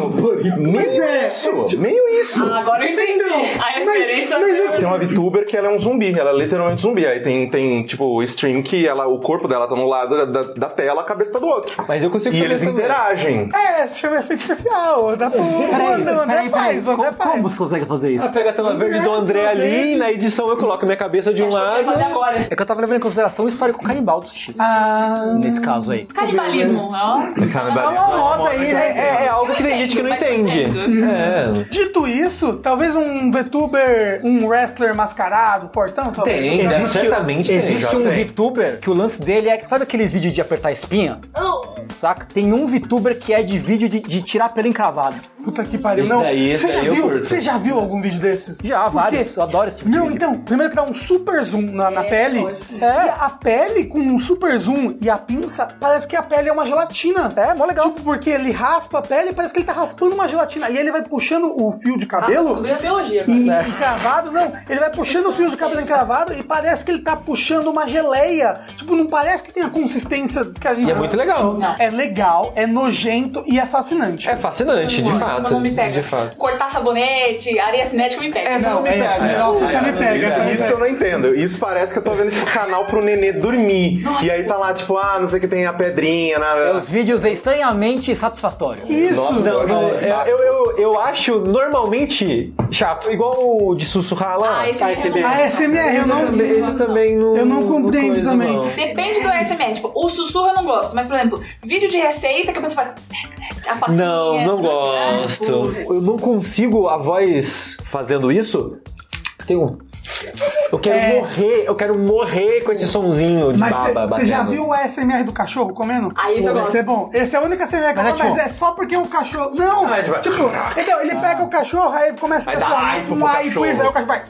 S1: Meio
S3: é,
S1: isso! Meio isso!
S4: Ah, agora eu entendi.
S3: então,
S4: a referência
S1: tipo, Tem uma VTuber que ela é um zumbi, ela é literalmente zumbi. Aí tem, tem tipo, stream que ela, o corpo dela tá num lado da, da- da tela, a cabeça tá do outro.
S2: Mas eu consigo
S1: E
S2: fazer
S1: eles
S2: isso também.
S1: interagem.
S3: É, se chama efeito especial. Dá pro o André faz, o André
S5: Como, como
S3: faz.
S5: você consegue fazer isso?
S2: Ah, pega a tela verde do André ali, na edição eu coloco minha cabeça de um
S4: Achou que ia
S2: lado.
S4: fazer agora.
S5: É que eu tava levando em consideração isso faria com canibal do sushi.
S3: Ah,
S5: Nesse caso aí.
S4: Canibalismo. ó.
S1: Canibalismo.
S2: Uma moda aí, né? É, é algo que tem gente que não
S4: Mas eu
S2: entende.
S4: entendo.
S2: É.
S3: dito isso, talvez um VTuber, um wrestler mascarado, fortão, talvez.
S2: Tem,
S3: Não,
S2: né? certamente tem,
S5: existe
S1: já
S5: um
S1: tem.
S5: VTuber que o lance dele é. Sabe aqueles vídeos de apertar espinha? Saca? Tem um VTuber que é de vídeo de, de tirar pelo encravado.
S3: Puta que pariu.
S2: né? Esse
S3: não.
S2: daí, esse
S3: você já
S2: daí eu
S3: viu?
S2: curto.
S3: Você já viu algum vídeo desses?
S5: Já,
S3: Por
S5: vários.
S3: quê?
S5: Eu adoro esse tipo de
S3: Não,
S5: vídeo.
S3: então, primeiro que dá um super zoom na, na
S4: É,
S3: pele.
S4: lógico.
S3: E a pele com um super zoom e a pinça, parece que a pele é uma gelatina.
S5: É, mó legal.
S3: Tipo, porque ele raspa a pele, parece que ele tá raspando uma gelatina. E ele vai puxando o fio de
S4: Ah,
S3: cabelo.
S4: descobri a biologia.
S3: e-
S2: É,
S4: agora.
S3: Encravado, não. Ele vai puxando o fio de cabelo encravado e parece que ele tá puxando uma geleia. Tipo, não parece que tem a consistência que a gente.
S2: E é muito legal.
S4: Não.
S3: É legal, é nojento e é fascinante.
S2: É fascinante, de
S4: Não,
S2: fato.
S4: Não me pega.
S2: De fato.
S4: Cortar sabonete, areia cinética me pega.
S2: Essa é não me pega.
S3: Essa, nossa, você me pega.
S1: Isso,
S3: essa me
S1: isso
S3: pega.
S1: eu não entendo. Isso parece que eu tô vendo, tipo, canal pro nenê dormir.
S4: Nossa.
S1: E aí tá lá, tipo, ah, não sei o que tem a pedrinha,
S5: É
S1: né?
S5: os vídeos estranhamente satisfatórios.
S3: Isso.
S1: Nossa,
S2: Não, não,
S1: Nossa.
S2: é- eu, eu, eu acho normalmente chato. Igual o de sussurrar lá.
S4: Ah, esse é um mesmo.
S3: A SMR, eu
S2: Esse eu
S3: não.
S2: também- esse eu também não.
S3: Eu não compreendo
S2: coisa,
S3: também.
S2: não.
S4: Depende do ASMR. Tipo, o sussurro eu não gosto. Mas, por exemplo, vídeo de receita que a pessoa faz... A faquinha,
S2: Não, não
S4: tudo aqui, né?
S2: gosto.
S4: Tipo,
S2: Eu não consigo a voz fazendo isso. Tem um. Eu quero
S3: É.
S2: morrer, eu quero morrer com esse sonzinho de
S3: Mas
S2: baba batendo.
S3: você já viu o ASMR do cachorro comendo?
S4: Ah, isso eu gosto.
S3: Esse é bom. Esse é o único ASMR que eu
S5: Mas é
S3: gosto, mas
S5: tipo-
S3: é só porque o cachorro. Não,
S1: Ah, tipo-
S3: tipo, então, ele pega o cachorro, aí começa a
S1: Aí dá
S3: pensar
S1: aipo pro
S3: um aipo,
S1: cachorro.
S3: isso aí o cachorro vai.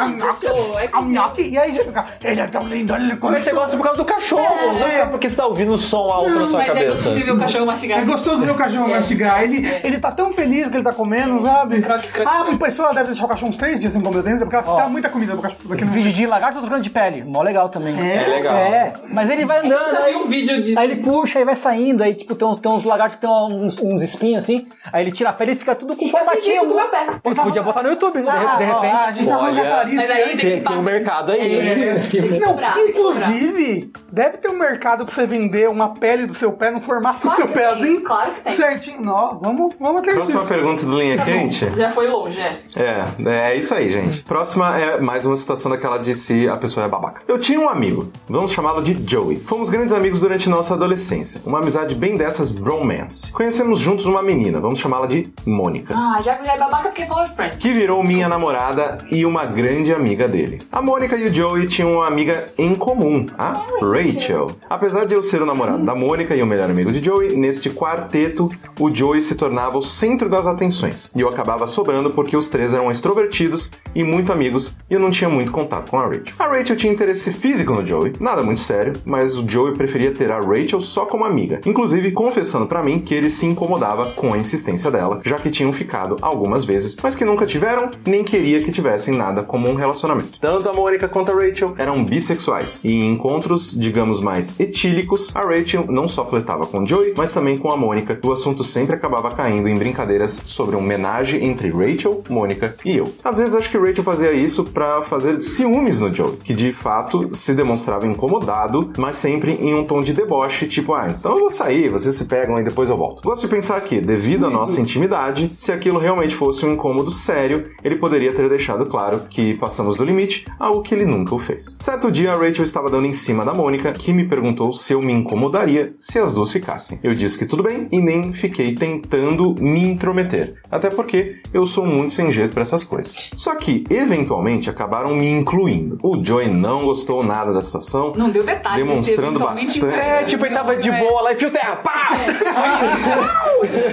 S4: é um cachorro, é que-
S3: um nhoque", E aí você fica, ele é tão lindo, ele come.
S2: Mas você gosta por causa do cachorro, não é porque você tá ouvindo o som alto na sua
S4: Mas é
S2: cabeça.
S4: gostoso ver o cachorro mastigar.
S3: É gostoso ver o cachorro mastigar. Ele,
S4: É.
S3: ele tá tão feliz que ele tá comendo, sabe?
S4: Croque, croque,
S3: ah,
S4: croque.
S3: uma pessoa deve deixar o cachorro uns três dias sem comer dentro, porque ela dá muita comida pro cachorro. porque não-
S5: Vídeo de lagarto trocando de pele. Mó legal também.
S2: É legal.
S5: É, mas ele vai
S4: Eu
S5: andando.
S4: nunca vi
S5: aí-
S4: um vídeo disso.
S5: Aí ele puxa, aí vai saindo, aí tipo, tem uns, tem uns lagartos que tem uns, uns espinhos assim, aí ele tira a pele e fica tudo com
S4: Eu fiz isso
S5: formatinho.
S4: um
S2: um
S4: com meu pé.
S5: Você podia botar no YouTube, né? de, de
S3: Ah,
S5: repente. É,
S3: ah, a gente tá falando
S2: Olha.
S3: da Clarice.
S4: Mas aí tem
S2: Tem,
S4: que
S2: tem um mercado aí.
S4: É.
S2: Tem um-
S4: Tem que
S3: Não,
S4: comprar, tem que comprar.
S3: inclusive, deve ter um mercado pra você vender uma pele do seu pé no formato do
S4: Claro
S3: seu
S4: que
S3: pezinho.
S4: tem, claro que tem.
S3: Certinho. Nó, vamos, vamos atrás
S1: Próxima
S3: disso.
S1: pergunta do Linha Quente.
S4: Já foi longe, é.
S1: É, é isso aí, gente. Próxima é mais uma situação daquela de se a pessoa é babaca. Eu tinha um amigo, vamos chamá-lo de Joey. Fomos grandes amigos durante nossa adolescência. Uma amizade bem dessas bromance. Conhecemos juntos uma menina, vamos chamá-la de Mônica.
S4: Ah, já que já é babaca porque falou friend.
S1: que virou minha namorada e uma grande amiga dele. A Mônica e o Joey tinham uma amiga em comum, a Rachel. Apesar de eu ser o namorado da Mônica e o melhor amigo de Joey, neste quarteto, o Joey se tornava o centro das atenções. E eu acabava sobrando porque os três eram extrovertidos e muito amigos e eu não tinha muito contato com a Rachel. A Rachel tinha interesse físico no Joey, nada muito sério, mas o Joey preferia ter a Rachel só como amiga, inclusive confessando pra mim que ele se incomodava com a insistência dela, já que tinham ficado algumas vezes, mas que nunca tiveram, nem queria que tivessem nada como um relacionamento. Tanto a Mônica quanto a Rachel eram bissexuais, e em encontros, digamos mais etílicos, a Rachel não só flertava com Joey, mas também com a Mônica, e o assunto sempre acabava caindo em brincadeiras sobre um homenagem entre Rachel, Mônica e eu. Às vezes acho que Rachel fazia isso pra fazer ciúmes no Joey, que de fato se demonstrava incomodado, mas sempre em um tom de deboche, tipo, ah, então eu vou sair, vocês se pegam e depois eu volto. Gosto de pensar que, devido à nossa intimidade, se aquilo realmente fosse um incômodo sério, ele poderia ter deixado claro que passamos do limite, algo que ele nunca o fez. Certo dia, a Rachel estava dando em cima da Mônica, que me perguntou se eu me incomodaria se as duas ficassem. Eu disse que tudo bem e nem fiquei tentando me intrometer, até porque eu sou muito sem jeito pra essas coisas. Só que, eventualmente, acabaram me incluindo. O Joey não gostou nada da situação,
S4: Não deu detalhe.
S1: Demonstrando
S4: você eventualmente
S1: bastante.
S4: pega.
S2: É, tipo, ele tava de
S4: É.
S2: boa lá e fio terra, pá!
S3: É.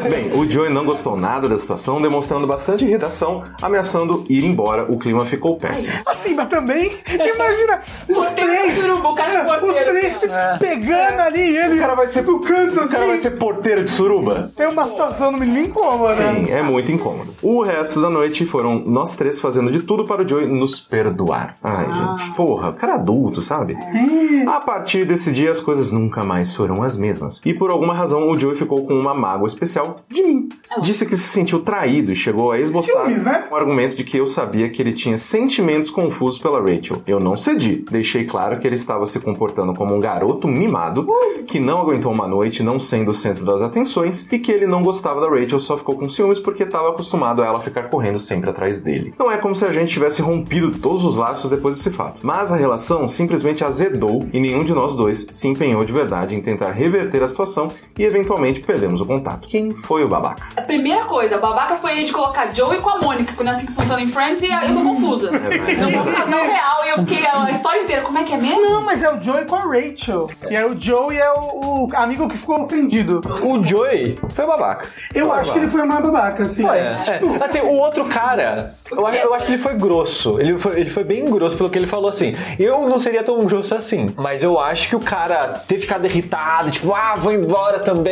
S1: Bem, o Joey não gostou nada da situação, demonstrando bastante irritação, ameaçando ir embora. O clima ficou péssimo.
S3: Assim, mas também, imagina os
S4: Roteiro
S3: três.
S4: do Surubu, o cara de
S3: é, os
S4: roteiro,
S3: três se
S4: É.
S3: pegando ali e ele. do canto
S1: O cara
S3: assim.
S1: vai ser porteiro de suruba?
S3: É uma situação no mínimo incômoda. né?
S1: Sim, é muito incômodo. O resto da noite foram nós três fazendo de tudo para o Joey nos perdoar. Ai,
S3: Ah.
S1: gente, porra, o cara é adulto, sabe?
S3: É.
S1: A partir desse dia, as coisas nunca mais foram as mesmas. E por alguma razão, o Joey ficou com uma mágoa especial de mim. Disse que se sentiu traído e chegou a esboçar
S3: Ah. Ciúmes, né?
S1: um argumento de que eu sabia que ele tinha sentimentos confusos pela Rachel. Eu não cedi. Deixei claro que ele estava se comportando como um garoto mimado, que não aguentou uma noite não sendo o centro das atenções e que ele não gostava da Rachel, só ficou com ciúmes porque estava acostumado a ela ficar correndo sempre atrás dele. Não é como se a gente tivesse rompido todos os laços depois desse fato, mas a relação simplesmente azedou e nenhum de nós dois se empenhou de verdade em tentar reverter a situação e eventualmente Eventualmente perdemos o contato. Quem foi o babaca?
S4: A É, primeira coisa, o babaca foi ele de colocar Joey com a Mônica, que não é assim que funciona em Friends, e aí eu tô confusa. Não vou casal real, e eu fiquei a história inteira, como é que é mesmo?
S3: Não, mas é o Joey com a Rachel. E aí o Joey é o, o amigo que ficou ofendido.
S2: O Joey foi babaca.
S3: Eu acho que ele foi mais babaca, assim.
S2: Foi, é. É, Assim, o outro cara, eu, acho- eu acho que ele foi grosso. Ele foi, ele foi bem grosso pelo que ele falou assim. Eu não seria tão grosso assim, mas eu acho que o cara ter ficado irritado, tipo, ah, vou embora também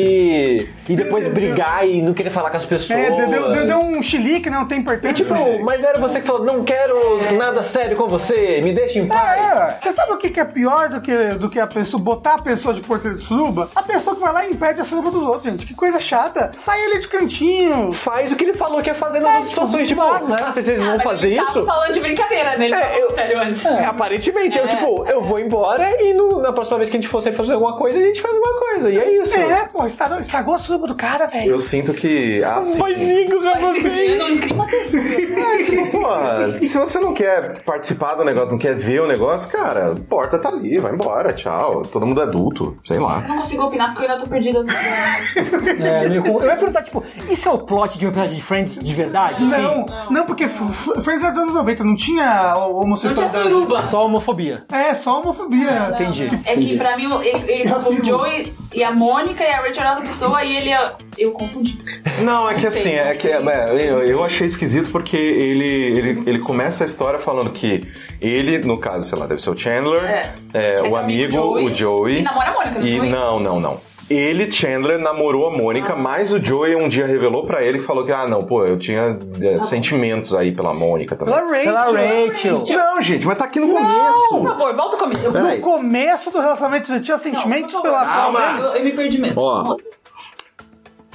S2: daqui. E depois brigar e não querer falar com as pessoas.
S3: É, deu, deu- deu- deu um chilique, né? Um tempo
S2: E tipo, mas era você que falou, não quero nada sério com você, me deixa em paz.
S3: É, você sabe o que, que é pior do que, do que a pessoa botar a pessoa de porteira de suruba? A pessoa que vai lá e impede a suruba dos outros, gente. Que coisa chata. Sai ele de cantinho.
S2: Faz o que ele falou que ia fazer nas outras situações, tipo, ah, se vocês
S4: Ah,
S2: vão
S4: mas
S2: fazer
S4: ele
S2: isso?
S4: Tava falando de brincadeira, né? Ele
S2: É,
S4: falou
S2: eu-
S4: sério antes.
S2: É, Aparentemente, eu tipo, eu vou embora e no- na próxima vez que a gente for sempre fazer alguma coisa, a gente faz alguma coisa. E é isso.
S3: É, pô, estragou, estragou a suruba do cara, velho.
S1: Eu sinto que assim.
S2: Paizinho
S4: Mas
S2: pra
S4: se
S2: vocês.
S4: vira num clima terrível.
S1: É, tipo, porra, se você não quer participar do negócio, não quer ver o negócio, cara, a porta tá ali, vai embora, tchau. Todo mundo é adulto, sei lá.
S4: Não consigo opinar porque eu ainda tô perdida. no-
S5: É, meio com- Eu ia perguntar, tipo, isso é o plot de um episódio de Friends de verdade?
S3: Não, não, porque F- F- Friends era dos anos 90, não tinha ho-
S4: Não tinha
S3: homossexualidade.
S4: suruba.
S5: Assim? Só homofobia.
S3: É, só homofobia.
S5: Entendi.
S4: É que pra mim, ele, ele o Joey e a Mônica e a Rachel era outra pessoa e ele. Eu confundi.
S1: Não, é que assim,
S4: sei,
S1: é que é, eu, eu achei esquisito porque ele, ele, ele começa a história falando que ele, no caso, sei lá, deve ser o Chandler,
S4: É.
S1: é,
S4: que
S1: o
S4: o
S1: amigo,
S4: amigo
S1: o Joey.
S4: que namora a Mônica, não
S1: e
S4: foi? Ah.
S1: Não, não, não. Ele, Chandler, namorou a Mônica, mas o Joey um dia revelou pra ele que falou que, ah, não, pô, eu tinha
S4: Tá
S1: é, sentimentos aí pela Mônica também.
S3: Pela Rachel.
S5: Pela Rachel.
S1: Não, gente, mas tá aqui no começo.
S4: Por favor, volta comigo. Eu,
S1: Peraí.
S3: No começo do relacionamento já tinha sentimentos
S4: por favor.
S3: pela
S1: Calma.
S3: pela-
S4: eu, eu me perdi mesmo.
S1: Ó.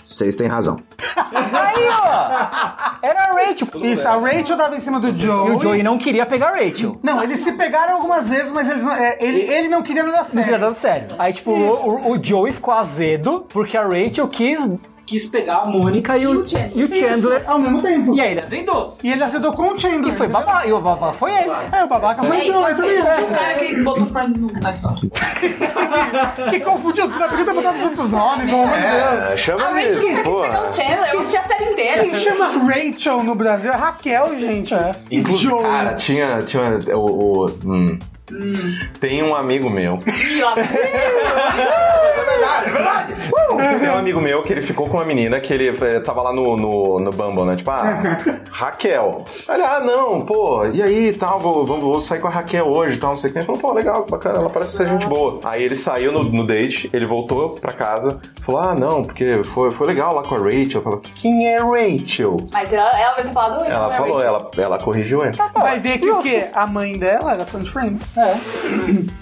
S1: Vocês têm razão.
S5: Aí, ó! Era a Rachel.
S3: Isso, a Rachel tava em cima do
S5: E
S3: Joey.
S5: o Joey não queria pegar a Rachel.
S3: Não, eles se pegaram algumas vezes, mas eles não- é, ele, ele não queria nada
S5: Não queria
S3: sério.
S5: dando sério. Aí, tipo, o, o- o Joey ficou azedo porque a Rachel quis, quis pegar a Mônica e o, e o
S3: Isso,
S5: Chandler.
S3: ao mesmo tempo.
S5: E aí ele azedou.
S3: E ele azedou com o Chandler.
S5: E foi
S3: entendeu?
S5: babá. E o babá foi ele.
S3: É, o babaca foi o Joey também.
S4: é O cara que botou Friends no- na história.
S3: Que confundiu tudo, né? podia ter botado os outros nomes, pelo amor de Deus.
S1: É, chama
S4: A gente
S1: mesmo,
S4: nunca quis
S1: pô.
S4: pegar o Então, Chandler, eu assisti a série inteira.
S3: Quem chama Rachel no Brasil é Raquel, gente. E
S1: Inclusive,
S3: Joey.
S1: cara, tinha. tinha o, o- hum. Tem um amigo meu.
S4: Ih, ó.
S1: Tem um amigo meu que ele ficou com uma menina que ele eh, tava lá no, no, no Bumble, né? Tipo, ah, Raquel. Aí ele, ah, não, pô, e aí tal, vou, vamos- vou sair com a Raquel hoje e tal, não sei o que. Ele falou, pô, legal, que bacana, ela parece ser gente boa. Aí ele saiu no, no date, ele voltou pra casa, falou, ah, não, porque foi, foi legal lá com a Rachel. Eu falei, quem é Rachel?
S4: Mas ela, ela deve ter falado. "Oi,
S1: Ela
S4: Rachel."
S1: falou, ela, ela corrigiu ele.
S3: Vai ver que o quê? A mãe dela era fã de Friends? É.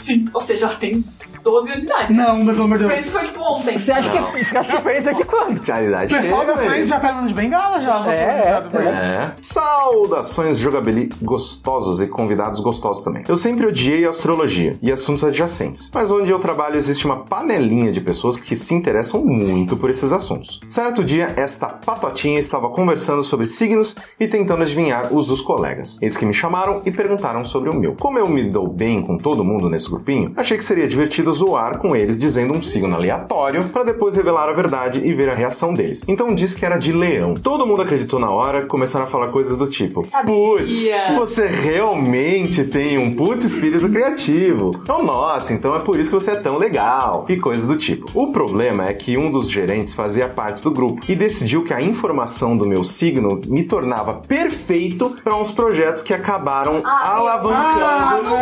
S4: Sim. Ou seja, ela tem 12 anos de idade.
S3: Não, pelo amor de Deus.
S4: Friends foi tipo ontem.
S5: Você acha que, você acha que Friends é de quando?
S1: Já a idade
S3: O pessoal
S1: chega,
S3: do Friends
S1: velho.
S3: já tá andando de bengala já. os atores já do Friends.
S1: É. Saudações, jogabeli gostosos e convidados gostosos também. Eu sempre odiei astrologia e assuntos adjacentes, mas onde eu trabalho existe uma panelinha de pessoas que se interessam muito por esses assuntos. Certo dia, esta patotinha estava conversando sobre signos e tentando adivinhar os dos colegas. Eles que me chamaram e perguntaram sobre o meu. Como eu me dou bem com todo mundo nesse grupinho, achei que seria divertido zoar com eles dizendo um signo aleatório para depois revelar a verdade e ver a reação deles. Então disse que era de leão. Todo mundo acreditou na hora, começaram a falar coisas do tipo:
S4: Sabia.
S1: Putz, você realmente tem um puto espírito criativo. Então, nossa, então é por isso que você é tão legal. E coisas do tipo. O problema é que um dos gerentes fazia parte do grupo e decidiu que a informação do meu signo me tornava perfeito para uns projetos que acabaram
S4: Ah,
S1: alavancando.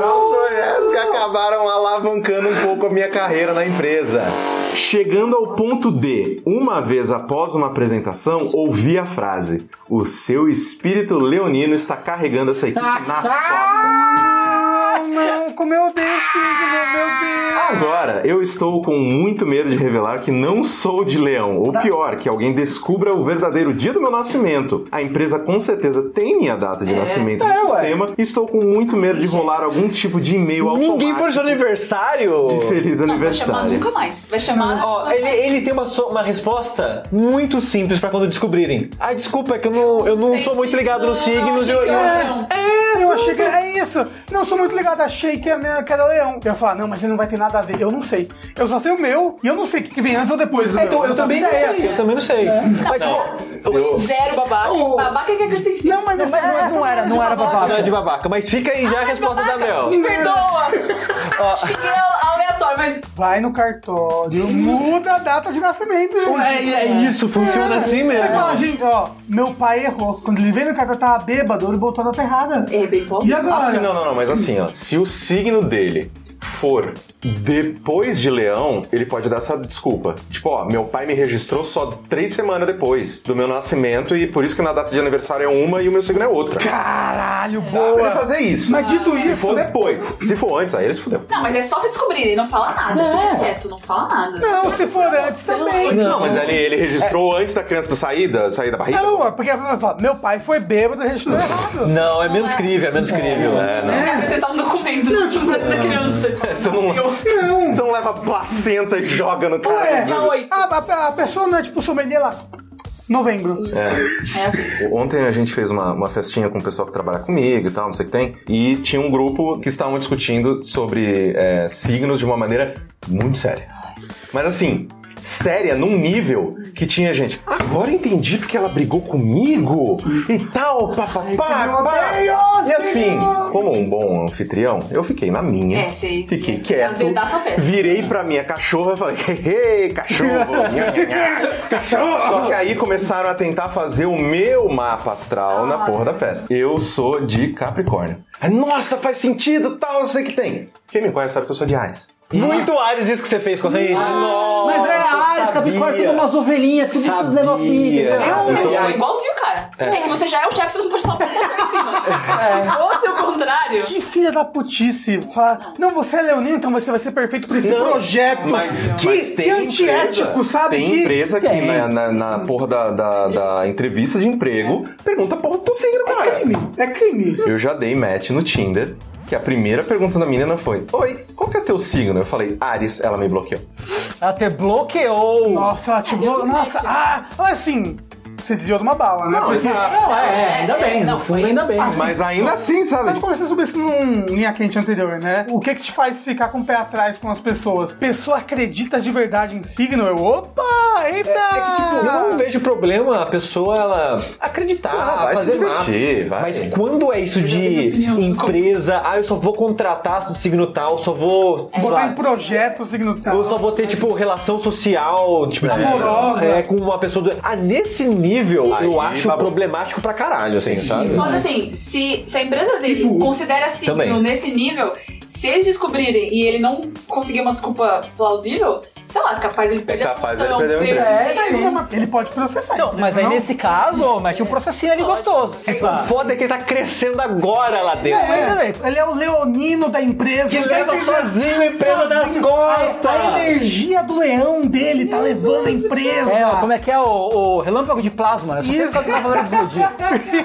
S1: Não, projetos que acabaram alavancando um pouco a minha carreira na empresa. Chegando ao ponto de, uma vez após uma apresentação, ouvi a frase: O seu espírito leonino está carregando essa equipe nas costas.
S3: Ah, não, como eu odeio signo, meu Deus.
S1: Agora, eu estou com muito medo de revelar que não sou de leão, ou pior, que alguém descubra o verdadeiro dia do meu nascimento. A empresa com certeza tem minha data de nascimento no
S2: É, ué.
S1: sistema e estou com muito medo de rolar algum tipo de e-mail automático.
S2: Ninguém Tá, foi seu aniversário.
S1: de feliz
S4: Não, vai chamar
S1: aniversário.
S4: nunca mais. Vai chamar.
S2: Ó, ele, ele tem uma, so- uma resposta muito simples pra quando descobrirem. Ah, desculpa, é que eu não, eu não
S4: Sei
S2: sou muito
S4: signo,
S2: ligado nos signos.
S4: achei
S2: Eu,
S4: que
S2: eu-
S4: era
S2: É,
S3: Eu achei que é isso. Não sou muito ligado, achei que a minha que era leão. Eu ia falar, não, mas ele não vai ter nada nada a ver. Eu não sei. Eu só sei o meu e eu não sei o que que vem antes ou depois do
S2: É,
S3: meu.
S2: então, eu também não
S3: sei.
S2: sei. Eu também não sei.
S4: Tá
S2: Mas, tipo, eu-
S4: Zero é, babaca.
S3: Oh.
S4: Babaca é que acredita em si.
S3: Não, mas
S5: Não,
S3: essa-
S5: mas não é-
S3: essa
S5: não era-
S3: de
S5: não era babaca.
S2: não é de babaca. Mas fica aí já
S3: Ah, é
S2: a
S4: Mas
S2: resposta da
S4: babaca,
S2: Mel.
S4: Me perdoa. Cheguei ao- aleatório, mas
S3: Vai no cartório, muda a data de nascimento,
S2: É,
S3: gente.
S2: é isso, funciona
S3: É.
S2: assim mesmo.
S3: Você fala, gente, ó, meu pai errou. Quando ele veio no cartório, tava bêbado, ele botou na errada.
S4: é bem bom.
S3: E agora?
S1: Assim, não, não, não, mas assim, ó. Se o signo dele for depois de leão, ele pode dar essa desculpa. Tipo, ó, meu pai me registrou só três semanas depois do meu nascimento e por isso que na data de aniversário é uma e o meu signo é outra.
S3: Caralho,
S1: Dá pra ele
S3: boa.
S1: fazer isso.
S3: Mas dito
S1: se
S3: isso,
S1: for depois, se for antes, aí ele se fudeu.
S4: Não, mas é só se descobrirem, não fala nada. Fica quieto, não fala nada.
S3: não, se for antes também.
S1: Não, mas ele, ele registrou antes da criança sair da, sair da barriga?
S3: É. Não, é porque ela fala, meu pai foi bêbado, registrou errado.
S2: Não, é menos crível, é menos crível.
S1: É, não. É,
S4: Você quer apresentar um documento não, tipo, pra da criança.
S1: Você não,
S3: Não. é.
S1: você não leva placenta e joga no cara.
S3: Ué,
S4: Dia 8.
S3: a, a- a pessoa não é tipo sommelier lá. Novembro.
S4: É assim.
S1: Ontem a gente fez uma, uma festinha com o pessoal que trabalha comigo e tal, não sei o que tem. E tinha um grupo que estavam discutindo sobre é, signos de uma maneira muito séria. Mas assim, séria num nível que tinha gente. Agora entendi porque ela brigou comigo e tal, papapá.
S3: eu
S1: pá."
S3: odeio,
S1: E assim,
S3: senhor.
S1: como um bom anfitrião, eu fiquei na minha.
S4: É, sei.
S1: Fiquei
S4: Às vezes
S1: quieto.
S4: dá sua festa.
S1: Virei pra minha cachorra e falei, ei, cachorro! nha, nha, nha." Só que aí começaram a tentar fazer o meu mapa astral
S4: Ah.
S1: na porra da festa. Eu sou de Capricórnio. Aí, Nossa, faz sentido, tal, não sei o que tem. Quem me conhece sabe que eu sou de Ares.
S2: É. Muito Ares isso que você fez com a Rainha.
S5: Mas é
S2: Nossa,
S5: Ares,
S2: sabia.
S5: Capricórnio, tudo umas ovelhinhas, tudo
S2: Sabia.
S5: uns negocinhos.
S4: Eu
S1: então,
S4: sou
S1: aí-
S4: igualzinho o cara. É. que você já é o chefe, você não pode estar um pouco em cima. Ou se o contrário.
S3: Que filha da putice. Fala, não, você é leonino, então você vai ser perfeito pra esse
S1: Não,
S3: projeto.
S1: Mas,
S3: que,
S1: mas tem
S3: que
S1: empresa-
S3: antiético, sabe?
S1: Tem
S3: que...
S1: empresa que é. na, na- na porra da, da- da entrevista de emprego pergunta porra do teu signo,
S3: É
S1: cara.
S3: crime, é crime.
S1: Eu já dei match no Tinder, que a primeira pergunta da menina foi: Oi, qual que é teu signo? Eu falei, Ares, ela me bloqueou.
S5: Ela te bloqueou.
S3: Nossa, ela te bloqueou. Nossa, ah, assim, você desviou de uma bala, né? Porque-
S5: Não, é, é, ainda bem,
S4: não,
S5: no fundo
S4: foi-
S5: ainda bem.
S1: Mas ainda assim,
S3: Nós
S1: sabe?
S3: conversamos sobre isso num linha quente anterior, né? O que que te faz ficar com o pé atrás com as pessoas? Pessoa acredita de verdade em signo? Eu, opa, eita!
S2: É que, tipo, eu não vejo problema a pessoa ela acreditar,
S1: Ah, vai
S2: fazer
S1: se divertir, vai.
S2: mapa. Mas quando é isso de
S4: opinião.
S2: empresa, ah, eu só vou contratar signo tal, só vou. sei
S3: É. Botar
S2: lá,
S3: em projeto signo tal.
S2: É eu só vou ter, tipo, relação social, tipo, de-
S3: Amorosa.
S2: é, com uma pessoa. Do... Ah, nesse nível,
S1: Aí,
S2: eu acho
S1: babou.
S2: problemático pra caralho, assim, sabe?
S4: Foda assim, se, se a empresa dele considera signo
S2: Também.
S4: nesse nível, se eles descobrirem e ele não conseguir uma desculpa plausível, sei lá, capaz ele perder
S1: capaz
S4: a
S1: ele perder o
S4: ele
S1: emprego.
S3: É, daí, né, mas ele pode processar.
S5: Não, mas aí
S3: não?
S5: nesse caso, ó, mete um processinho ali gostoso.
S2: É, O foda é que ele tá crescendo agora lá dentro.
S5: É, mas também,
S3: Ele é o leonino da empresa.
S2: Que
S3: ele
S2: leva
S3: deve-
S2: sozinho a empresa nas costas.
S3: A, a energia do leão dele tá levando a empresa.
S5: É, ó, como é que é o, o relâmpago de plasma, né? Só sei
S3: Isso.
S5: que tá falando do dia.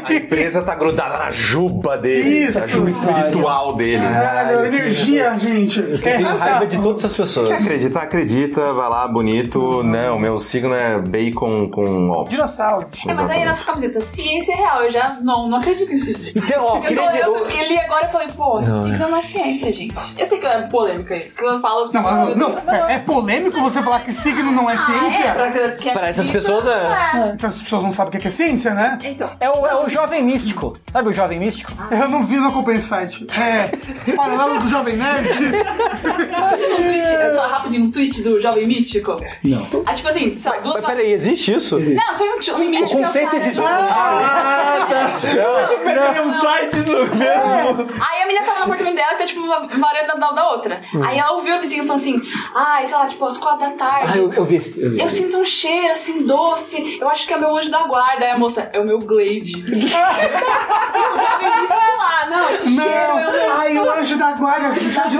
S1: A empresa tá grudada na juba dele,
S3: Isso, É.
S1: na juba espiritual dele.
S3: Caralho, energia, gente. É,
S2: Tenho raiva de todas essas pessoas.
S1: Quer acreditar? Acredita, vai lá, bonito. Não, o meu signo é bacon com ovos.
S3: Dinossauro.
S4: É, mas aí a nossa camiseta, ciência é real, eu já não, não acredito em signo.
S2: Então, ó,
S4: Eu,
S2: queria
S4: tô-
S2: de-
S4: eu fiquei- li agora e falei, pô, signo não é ciência, gente. Eu sei que é polêmica isso, que eu falo...
S3: Não, mas não, não, é, é polêmico você falar que signo não é
S4: Ah, é,
S3: ciência?
S4: pra, que-
S2: Pra essas
S4: que-
S2: pessoas, é.
S3: Então as pessoas não sabem o que é, que é ciência, né?
S5: É o, é o jovem místico. Sabe o jovem místico?
S3: Eu não vi no acompanho site. É, paralelo do Jovem Nerd.
S4: Um tweet, só rapidinho, um tweet do Jovem Místico. Não. Ah, tipo assim, sei lá, duas...
S2: Mas peraí, existe isso?
S4: Não, só um jovem místico.
S2: O conceito
S4: é um cara-
S2: existe.
S1: um site isso mesmo.
S4: É. Aí a menina tava no apartamento dela, que é tipo uma, uma varanda da, da outra. Aí ela ouviu a vizinha falando assim, ai, sei lá, tipo, às quatro da tarde. eu,
S5: vi esse.
S4: sinto um cheiro, assim, doce. Eu acho que é o meu anjo da guarda. Aí a moça, é o meu Glade. eu vi isso lá, não. Esse cheiro é o meu...
S3: Não, ai, o anjo da guarda, que cheiro de
S1: É,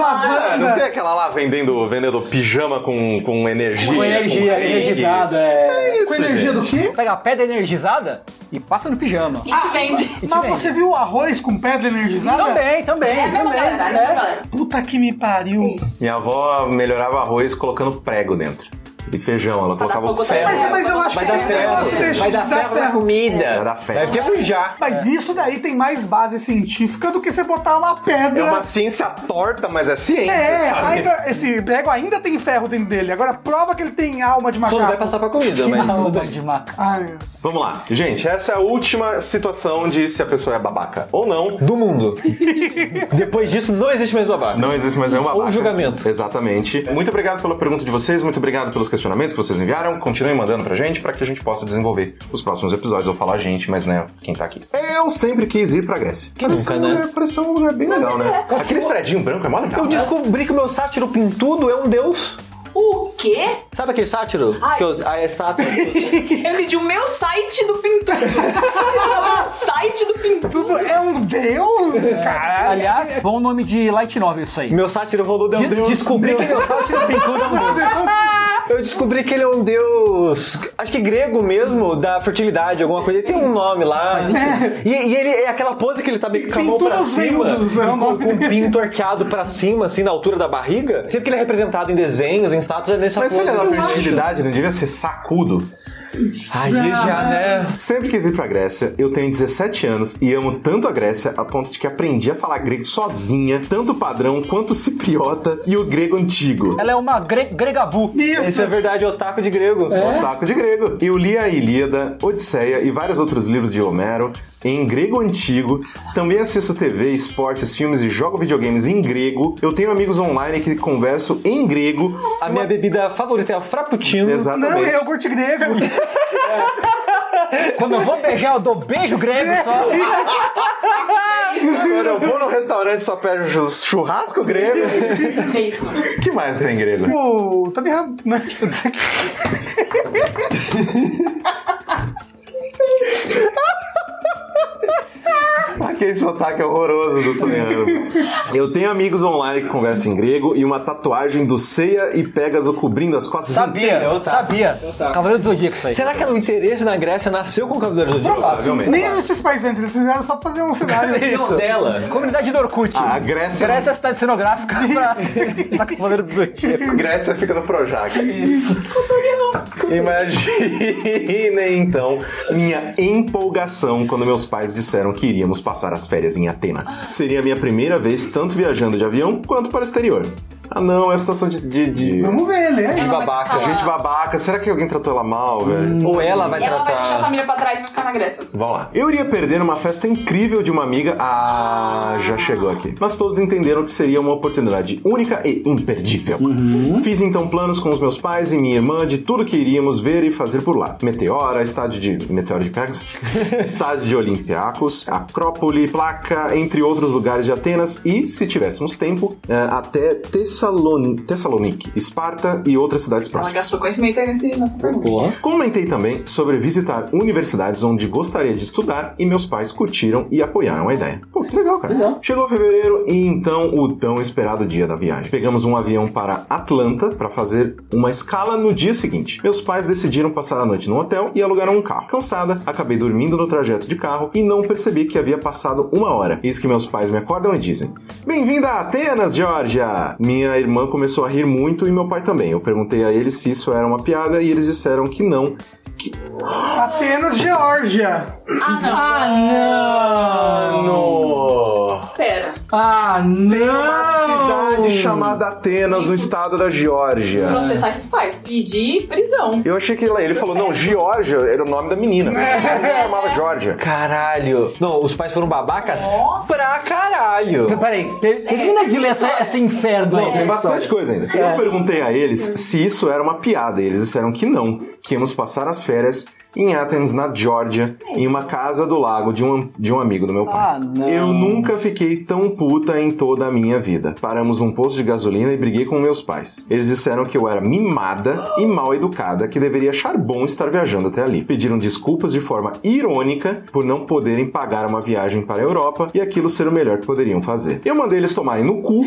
S1: não tem
S3: lavanda.
S1: aquela lá vendendo, vendendo pijama com, com energia.
S5: Com energia,
S1: reiki?
S5: energizado, é.
S1: É isso,
S3: Com
S1: gente.
S3: energia do quê?
S5: Pega a pedra energizada e passa no pijama.
S4: E te vende.
S5: E te
S3: Mas
S5: vende.
S3: você viu o arroz com pedra energizada?
S5: Também, também.
S4: É a mesma galera, é a mesma galera.
S3: Puta que me pariu.
S4: Isso.
S1: Minha avó melhorava arroz colocando prego dentro. de feijão. Ela
S4: dar
S1: colocava
S4: pouco
S1: ferro.
S4: também.
S3: Mas, mas eu acho
S2: Vai
S3: que
S2: dar né?
S3: tem um negócio
S2: ferro,
S3: desse
S2: vai
S3: de
S2: dar ferro na
S1: Vai
S2: comida.
S1: dar É, ferro.
S2: Vai ferrujar.
S3: Mas
S1: É.
S3: isso daí tem mais base científica do que você botar uma pedra.
S1: É uma ciência torta, mas é ciência,
S3: É,
S1: sabe?
S3: ainda, esse prego ainda tem ferro dentro dele. Agora prova que ele tem alma de
S2: Só
S3: macaco.
S2: não vai passar pra comida, mas tudo
S5: Alma
S2: bem.
S5: de macaco.
S3: Ai,
S1: Vamos lá. Gente, essa é a última situação de se a pessoa é babaca ou não.
S2: Do mundo. Depois disso, não existe mais babaca.
S1: Não existe mais nenhum babaca.
S2: Ou julgamento.
S1: Exatamente. Muito obrigado pela pergunta de vocês, muito obrigado pelos questionamentos que vocês enviaram. Continuem mandando pra gente pra que a gente possa desenvolver os próximos episódios. Ou falar a gente, mas né, quem tá aqui. Eu sempre quis ir pra Grécia.
S2: Quem
S1: Pareceu
S2: nunca,
S1: um
S2: né?
S1: lugar, pareceu um lugar bem legal,
S4: mas
S1: né?
S4: é.
S1: Aqueles prédios brancos é mó legal.
S2: Eu
S1: né?
S2: descobri que o meu sátiro pintudo é um deus.
S4: O quê?
S2: Sabe aquele sátiro?
S4: Ai.
S2: Que eu, a estátua.
S4: Eu entendi o meu site do Pintudo. o site do Pintudo.
S3: Tudo é um deus,
S1: É.
S3: caralho.
S5: Aliás, bom nome de light novel isso aí.
S2: meu sátiro rolou é um
S5: De-
S2: deus.
S5: descobri que meu sátiro pintudo é um deus.
S2: Eu descobri que ele é um deus, acho que grego mesmo, da fertilidade, alguma coisa. Ele tem um nome lá. E, e ele é aquela pose que ele tá meio que com a mão pra
S3: Pinturas
S2: cima.
S3: miúdos, é o
S2: e com,
S3: nome
S2: com o
S3: dele.
S2: pinto arqueado pra cima, assim, na altura da barriga. Sempre que ele é representado em desenhos, em estátuas, é nessa
S1: Mas se
S2: pose.
S1: ele é da
S2: Eu acho.
S1: fertilidade, não devia ser sacudo.
S2: Aí já, né?
S1: Sempre quis ir pra Grécia, eu tenho 17 anos e amo tanto a Grécia a ponto de que aprendi a falar grego sozinha, tanto padrão quanto cipriota e o grego antigo.
S5: Ela é uma gre gregabu.
S2: Isso é verdade, é otaku de grego.
S1: Otaku de grego. Eu li a Ilíada, Odisseia e vários outros livros de Homero em grego antigo. Também assisto TV, esportes, filmes e jogo videogames em grego. Eu tenho amigos online que converso em grego.
S2: A minha bebida favorita é a frappuccino.
S1: Exatamente.
S3: Não, eu curti grego.
S5: Quando eu vou beijar, eu dou beijo grego só.
S1: Quando eu vou no restaurante só pego churrasco grego.
S4: Perfeito.
S1: O que mais tem em grego?
S3: Pô, tá errado, né?
S1: Aquele sotaque horroroso dos coreanos. Eu tenho amigos online que conversam em grego e uma tatuagem do Ceia e Pegasus cobrindo as costas
S2: é
S5: Sabia,
S1: inteiras.
S5: sabia. Cavaleiro do Zodíaco isso aí.
S2: Será que é o interesse na Grécia nasceu com o Cavaleiro do Zodíaco?
S1: Provavelmente.
S3: Nem existia esse país antes, eles fizeram só pra fazer um cenário.
S2: Não, dela.
S5: Comunidade do Orkut.
S1: Ah, A Grécia-
S5: Grécia é a cidade cenográfica pra, pra Cavaleiro do Zodíaco.
S1: Grécia fica no Projac. Isso. Imaginem, então, minha empolgação quando meus pais disseram que iríamos passar as férias em Atenas. Seria a minha primeira vez tanto viajando de avião quanto para o exterior. Ah, não, é a situação de... de, de...
S3: Vamos ver, né?
S2: Babaca. Hum.
S1: Gente babaca, será que alguém tratou ela mal, velho?
S2: Ou ela vai
S4: Ela vai deixar a
S2: tratar.
S4: família pra trás e vai ficar na Grécia.
S1: Vamos lá. Eu iria perder uma festa incrível de uma amiga. Ah, já chegou aqui. Mas todos entenderam que seria uma oportunidade única e imperdível. Fiz então planos com os meus pais e minha irmã de tudo que iríamos ver e fazer por lá. Meteora, estádio de. Meteoro de Pegasus? estádio de Olympiacos, Acrópole, Placa, entre outros lugares de Atenas e, se tivéssemos tempo, eh, até Tessalon... Tessaloniki, Esparta e outras cidades
S4: Ela
S1: próximas.
S4: gastou conhecimento aí nesse, nessa pergunta.
S1: Comentei também sobre visitar universidades onde gostaria de estudar e meus pais curtiram e apoiaram a ideia. Pô, que legal, cara. Chegou fevereiro e então o tão esperado dia da viagem. Pegamos um avião para Atlanta para fazer uma escala no dia seguinte. Meus pais decidiram passar a noite no hotel e alugaram um carro. Cansada, acabei dormindo no trajeto de carro e não percebi que havia passado uma hora. Eis que meus pais me acordam e dizem: Bem-vinda a Atenas, Georgia! Minha irmã começou a rir muito e meu pai também. Eu perguntei a eles se isso era uma piada e eles disseram que não. Que...
S3: Atenas, Geórgia.
S4: Ah, não.
S1: Mano!
S4: Pera.
S5: Ah, não!
S1: Uma cidade chamada Atenas, no estado da Geórgia.
S4: Processar esses pais. Pedir prisão.
S1: Eu achei que ela- ele falou, não, Geórgia era o nome da menina. Ela chamava Geórgia.
S2: Caralho. Não, os pais foram babacas
S4: Nossa.
S2: pra caralho.
S5: Peraí, te- termina de ler essa, esse inferno aí.
S1: Tem é bastante coisa ainda.
S5: É.
S1: Eu perguntei a eles se isso era uma piada. e Eles disseram que não, que íamos passar as férias em Athens, na Geórgia, em uma casa do lago de um, de um amigo do meu pai.
S5: Ah, não.
S1: Eu nunca fiquei tão puta em toda a minha vida. Paramos num posto de gasolina e briguei com meus pais. Eles disseram que eu era mimada e mal educada, que deveria achar bom estar viajando até ali. Pediram desculpas de forma irônica por não poderem pagar uma viagem para a Europa e aquilo ser o melhor que poderiam fazer. Eu mandei eles tomarem no cu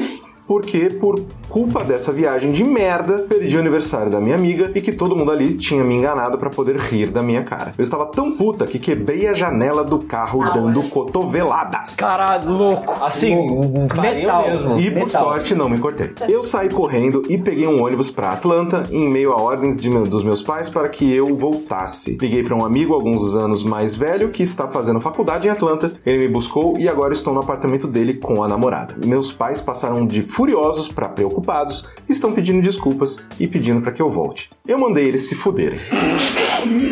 S1: porque por culpa dessa viagem de merda, perdi o aniversário da minha amiga e que todo mundo ali tinha me enganado pra poder rir da minha cara. Eu estava tão puta que quebrei a janela do carro dando cotoveladas.
S5: Caralho, louco.
S2: Assim, faria
S5: metal.
S2: mesmo.
S1: E por
S5: Metal.
S1: sorte não me cortei. Eu saí correndo e peguei um ônibus pra Atlanta em meio a ordens de meu- dos meus pais para que eu voltasse. Liguei pra um amigo alguns anos mais velho que está fazendo faculdade em Atlanta. Ele me buscou e agora estou no apartamento dele com a namorada. Meus pais passaram de furiosos pra preocupados, estão pedindo desculpas e pedindo pra que eu volte. Eu mandei eles se fuderem.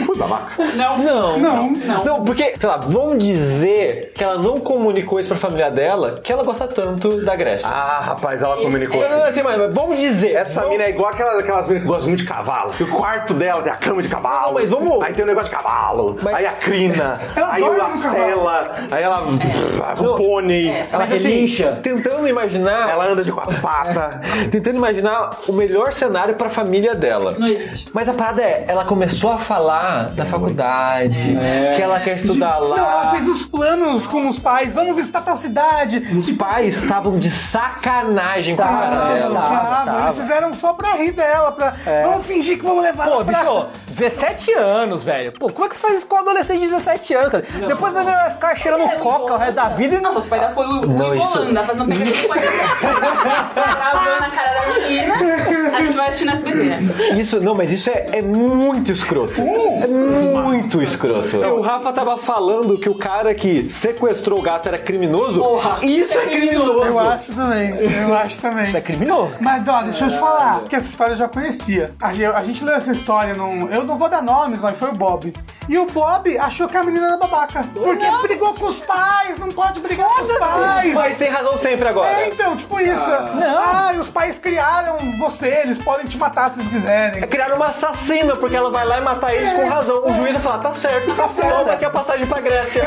S1: Fui babaca.
S2: Não,
S3: Não,
S2: não. Não, porque, sei lá, vamos dizer que ela não comunicou isso pra família dela, que ela gosta tanto da Grécia.
S7: Ah, rapaz, ela comunicou
S2: Eu
S7: assim.
S2: não sei mais, mas vamos dizer.
S7: Essa
S2: vamos...
S7: mina é igual aquela, aquelas minas que gostam muito de cavalo. E o quarto dela tem a cama de cavalo.
S2: Não, mas vamos-
S7: Aí tem o negócio de cavalo. Aí a crina.
S3: Ela
S7: aí
S3: dorme
S7: o
S3: no
S7: lacela. Aí ela. O pônei.
S2: Ela relincha. tentando imaginar.
S7: Ela anda de quatro patas.
S2: Tentando imaginar o melhor cenário pra família dela.
S4: Não existe.
S2: Mas a parada é, ela começou a falar da faculdade, que ela quer estudar Tá lá.
S3: Não, ela fez os planos com os pais. Vamos visitar tal cidade.
S2: Os pais estavam de sacanagem com a cara
S3: Caramba,
S2: dela.
S3: caramba, Eles fizeram só pra rir dela. Pra... Vamos fingir que vamos levar
S5: Pô,
S3: ela pra...
S5: bicho, ó, 17 anos, velho. Pô, como é que você faz isso com um adolescente de 17 anos, cara? Depois você vai ficar cheirando
S4: É,
S5: coca o resto da vida e não.
S4: Nossa, os pais dela foi o, o
S2: Não, isso-
S4: Ivolanda, fazendo pegadinha com a Gravando a cara da menina, a gente vai assistir no SBT.
S2: Isso, não, mas isso é, é muito escroto. É muito escroto. o Rafa tava falando que o cara que sequestrou o gato era criminoso.
S4: Porra,
S2: isso é criminoso.
S3: Eu acho também, eu acho também.
S5: Isso é criminoso.
S3: Mas olha, deixa eu te falar, que essa história eu já conhecia. A gente, a gente leu essa história num. Eu não vou dar nomes, mas foi o Bob. E o Bob achou que a menina era babaca. Porque brigou com os pais, não pode brigar com os pais.
S2: Mas tem razão sempre agora.
S3: É, então, tipo isso. Ah, e os pais criaram você, eles podem te matar se eles quiserem.
S2: Criaram É uma assassina, porque ela vai lá e matar eles
S5: É.
S2: com razão. O
S5: Tá
S2: é juiz vai falar, tá certo, tá certo, aqui a passagem pra Grécia.